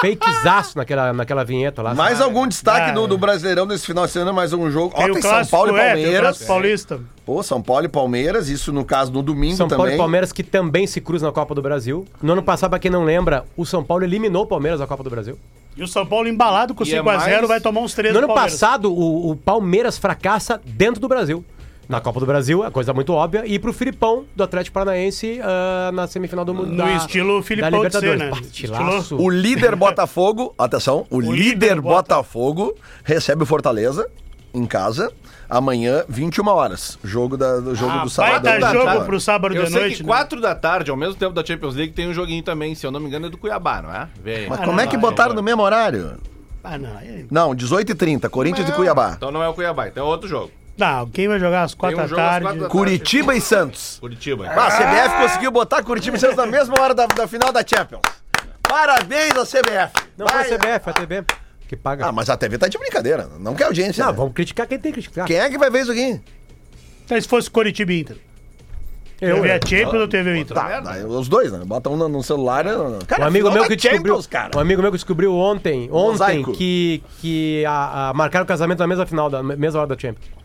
[SPEAKER 4] Fakezaço naquela, naquela vinheta lá.
[SPEAKER 2] Mais
[SPEAKER 4] sabe?
[SPEAKER 2] algum destaque
[SPEAKER 7] Ah,
[SPEAKER 2] do, do Brasileirão nesse final de semana, mais um jogo. Ó,
[SPEAKER 7] Tem o
[SPEAKER 2] tem São
[SPEAKER 7] clássico,
[SPEAKER 2] Paulo e
[SPEAKER 7] é, tem o
[SPEAKER 2] Palmeiras.
[SPEAKER 7] clássico paulista.
[SPEAKER 2] Pô, São Paulo e Palmeiras, isso no caso no domingo
[SPEAKER 4] São Paulo
[SPEAKER 2] também.
[SPEAKER 4] e Palmeiras que também se cruzam na Copa do Brasil. No ano passado, pra quem não lembra, o São Paulo eliminou o Palmeiras da Copa do Brasil.
[SPEAKER 7] E o São Paulo embalado com
[SPEAKER 6] E é
[SPEAKER 7] 5x0
[SPEAKER 6] mais-
[SPEAKER 7] vai tomar uns 3
[SPEAKER 4] No ano passado, o, o Palmeiras fracassa dentro do Brasil. na Copa do Brasil, é coisa muito óbvia, e pro Filipão do Atlético Paranaense ah, na semifinal do mundo.
[SPEAKER 7] No estilo Filipão de ser, né?
[SPEAKER 4] Partilaço.
[SPEAKER 2] O líder Botafogo, atenção, o, líder Botafogo recebe o Fortaleza em casa amanhã, 21 horas. Jogo da, do jogo
[SPEAKER 7] Ah,
[SPEAKER 2] do sábado.
[SPEAKER 7] baita jogo pro sábado
[SPEAKER 6] tá, Eu
[SPEAKER 7] de
[SPEAKER 6] sei
[SPEAKER 7] noite.
[SPEAKER 6] que
[SPEAKER 7] né?
[SPEAKER 6] 4 da tarde, ao mesmo tempo da Champions League, tem um joguinho também, se eu não me engano, é do Cuiabá, não é? Vem.
[SPEAKER 2] Mas como é que botaram no mesmo horário?
[SPEAKER 7] Ah, não. aí-
[SPEAKER 2] Não, 18h30, Corinthians e Cuiabá.
[SPEAKER 6] Então não é o Cuiabá, então é outro jogo.
[SPEAKER 7] Não, quem vai jogar às quatro
[SPEAKER 6] Tem
[SPEAKER 7] da
[SPEAKER 6] um jogo às
[SPEAKER 7] tarde?
[SPEAKER 6] quatro da tarde.
[SPEAKER 2] Curitiba e Santos.
[SPEAKER 6] Curitiba.
[SPEAKER 2] Ah, a CBF conseguiu botar Curitiba e Santos na mesma hora da, da final da Champions. Parabéns à CBF.
[SPEAKER 4] Não foi a
[SPEAKER 2] Vai-
[SPEAKER 4] CBF, a TV que paga.
[SPEAKER 2] Ah, mas a TV tá de brincadeira. Não quer audiência.
[SPEAKER 4] Não,
[SPEAKER 2] né?
[SPEAKER 4] vamos criticar quem tem que criticar.
[SPEAKER 2] Quem é que vai ver isso aqui?
[SPEAKER 7] Então, se fosse Coritiba e Inter.
[SPEAKER 4] Eu,
[SPEAKER 7] teve
[SPEAKER 4] eu.
[SPEAKER 7] a Champions ou teve o Inter?
[SPEAKER 2] Tá, daí os dois, né? Bota um no, no celular. né? Cara,
[SPEAKER 4] um amigo
[SPEAKER 2] final
[SPEAKER 4] meu
[SPEAKER 2] da
[SPEAKER 4] que descobriu,
[SPEAKER 2] Champions, cara.
[SPEAKER 4] um amigo meu que descobriu ontem, ontem
[SPEAKER 2] Mosaico.
[SPEAKER 4] que que a, a- marcaram o casamento na mesma final da mesma hora da Champions.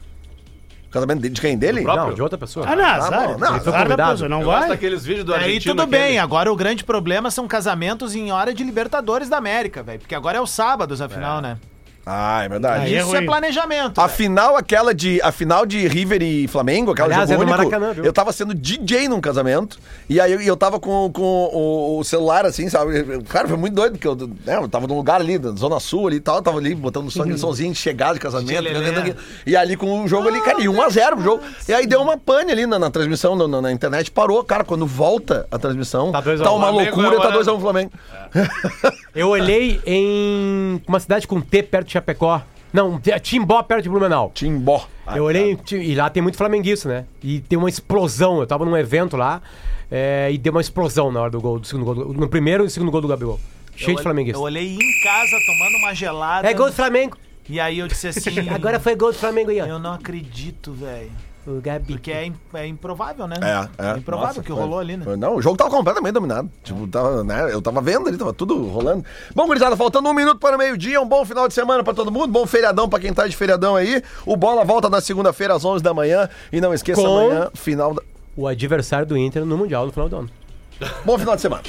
[SPEAKER 2] Casamento dele- de quem? Dele?
[SPEAKER 4] Não, de outra pessoa.
[SPEAKER 7] Ah, não, azar.
[SPEAKER 2] Tá bom, não,
[SPEAKER 7] azar
[SPEAKER 4] foi
[SPEAKER 7] da
[SPEAKER 4] convidado.
[SPEAKER 7] pessoa, não
[SPEAKER 6] Eu gosto
[SPEAKER 7] vai?
[SPEAKER 6] daqueles vídeos do
[SPEAKER 5] Aí
[SPEAKER 6] Argentina.
[SPEAKER 5] É, tudo
[SPEAKER 6] aquele-
[SPEAKER 5] bem, agora o grande problema são casamentos em hora de Libertadores da América, velho. Porque agora é os sábados, afinal, né?
[SPEAKER 2] Ah, é verdade.
[SPEAKER 7] Aí é
[SPEAKER 5] Isso é,
[SPEAKER 7] ruim.
[SPEAKER 5] planejamento.
[SPEAKER 2] A
[SPEAKER 5] velho.
[SPEAKER 2] final aquela de a final de River e Flamengo, aquela
[SPEAKER 4] Aliás,
[SPEAKER 2] jogo
[SPEAKER 4] é no
[SPEAKER 2] único,
[SPEAKER 4] Maracanã, viu?
[SPEAKER 2] Eu tava sendo DJ num casamento e aí eu, eu tava com, com o, o celular assim, sabe? Eu- Cara, foi muito doido porque eu, né, eu tava num lugar ali, na zona sul ali e tal, eu tava ali botando som,
[SPEAKER 4] Uhum.
[SPEAKER 2] somzinho de chegada de casamento, cantando aqui. e ali com o jogo ali, cara, e 1 a 0 o jogo. E aí deu uma pane ali na, na transmissão, na, na- na internet, parou, cara, quando volta a transmissão, tá,
[SPEAKER 4] Tá dois a um.
[SPEAKER 2] uma
[SPEAKER 6] Flamengo
[SPEAKER 2] loucura, tá
[SPEAKER 6] agora-
[SPEAKER 2] 2 a 1 um Flamengo.
[SPEAKER 4] Eu olhei em uma cidade com T perto de Chapecó. Não, T- Timbó perto de Blumenau.
[SPEAKER 2] Timbó.
[SPEAKER 4] eu olhei em Ti- e lá tem muito flamenguista, né? E tem uma explosão. Eu tava num evento lá é, e deu uma explosão na hora do gol, do segundo gol, do- no primeiro e no segundo gol do Gabigol. Cheio de flamenguista.
[SPEAKER 5] Eu olhei em casa tomando uma gelada.
[SPEAKER 4] É gol do Flamengo.
[SPEAKER 5] E aí eu disse assim.
[SPEAKER 4] Agora é foi gol do Flamengo aí, ó.
[SPEAKER 5] Eu não acredito, velho.
[SPEAKER 4] O Gabi.
[SPEAKER 5] Porque é, im- é improvável, né?
[SPEAKER 2] É, é.
[SPEAKER 5] improvável
[SPEAKER 2] Nossa,
[SPEAKER 5] que
[SPEAKER 2] foi-
[SPEAKER 5] rolou ali, né?
[SPEAKER 2] foi- Não, o jogo tava completamente dominado. Tipo, tava, né? Eu tava vendo ali, tava tudo rolando. Bom, gurizada, faltando um minuto para o meio-dia, um bom final de semana pra todo mundo, bom feriadão pra quem tá de feriadão aí. O Bola volta na segunda-feira às 11 da manhã e não esqueça
[SPEAKER 4] Com-
[SPEAKER 2] amanhã, final da...
[SPEAKER 4] O adversário do Inter no Mundial no final do ano.
[SPEAKER 2] Bom final de semana.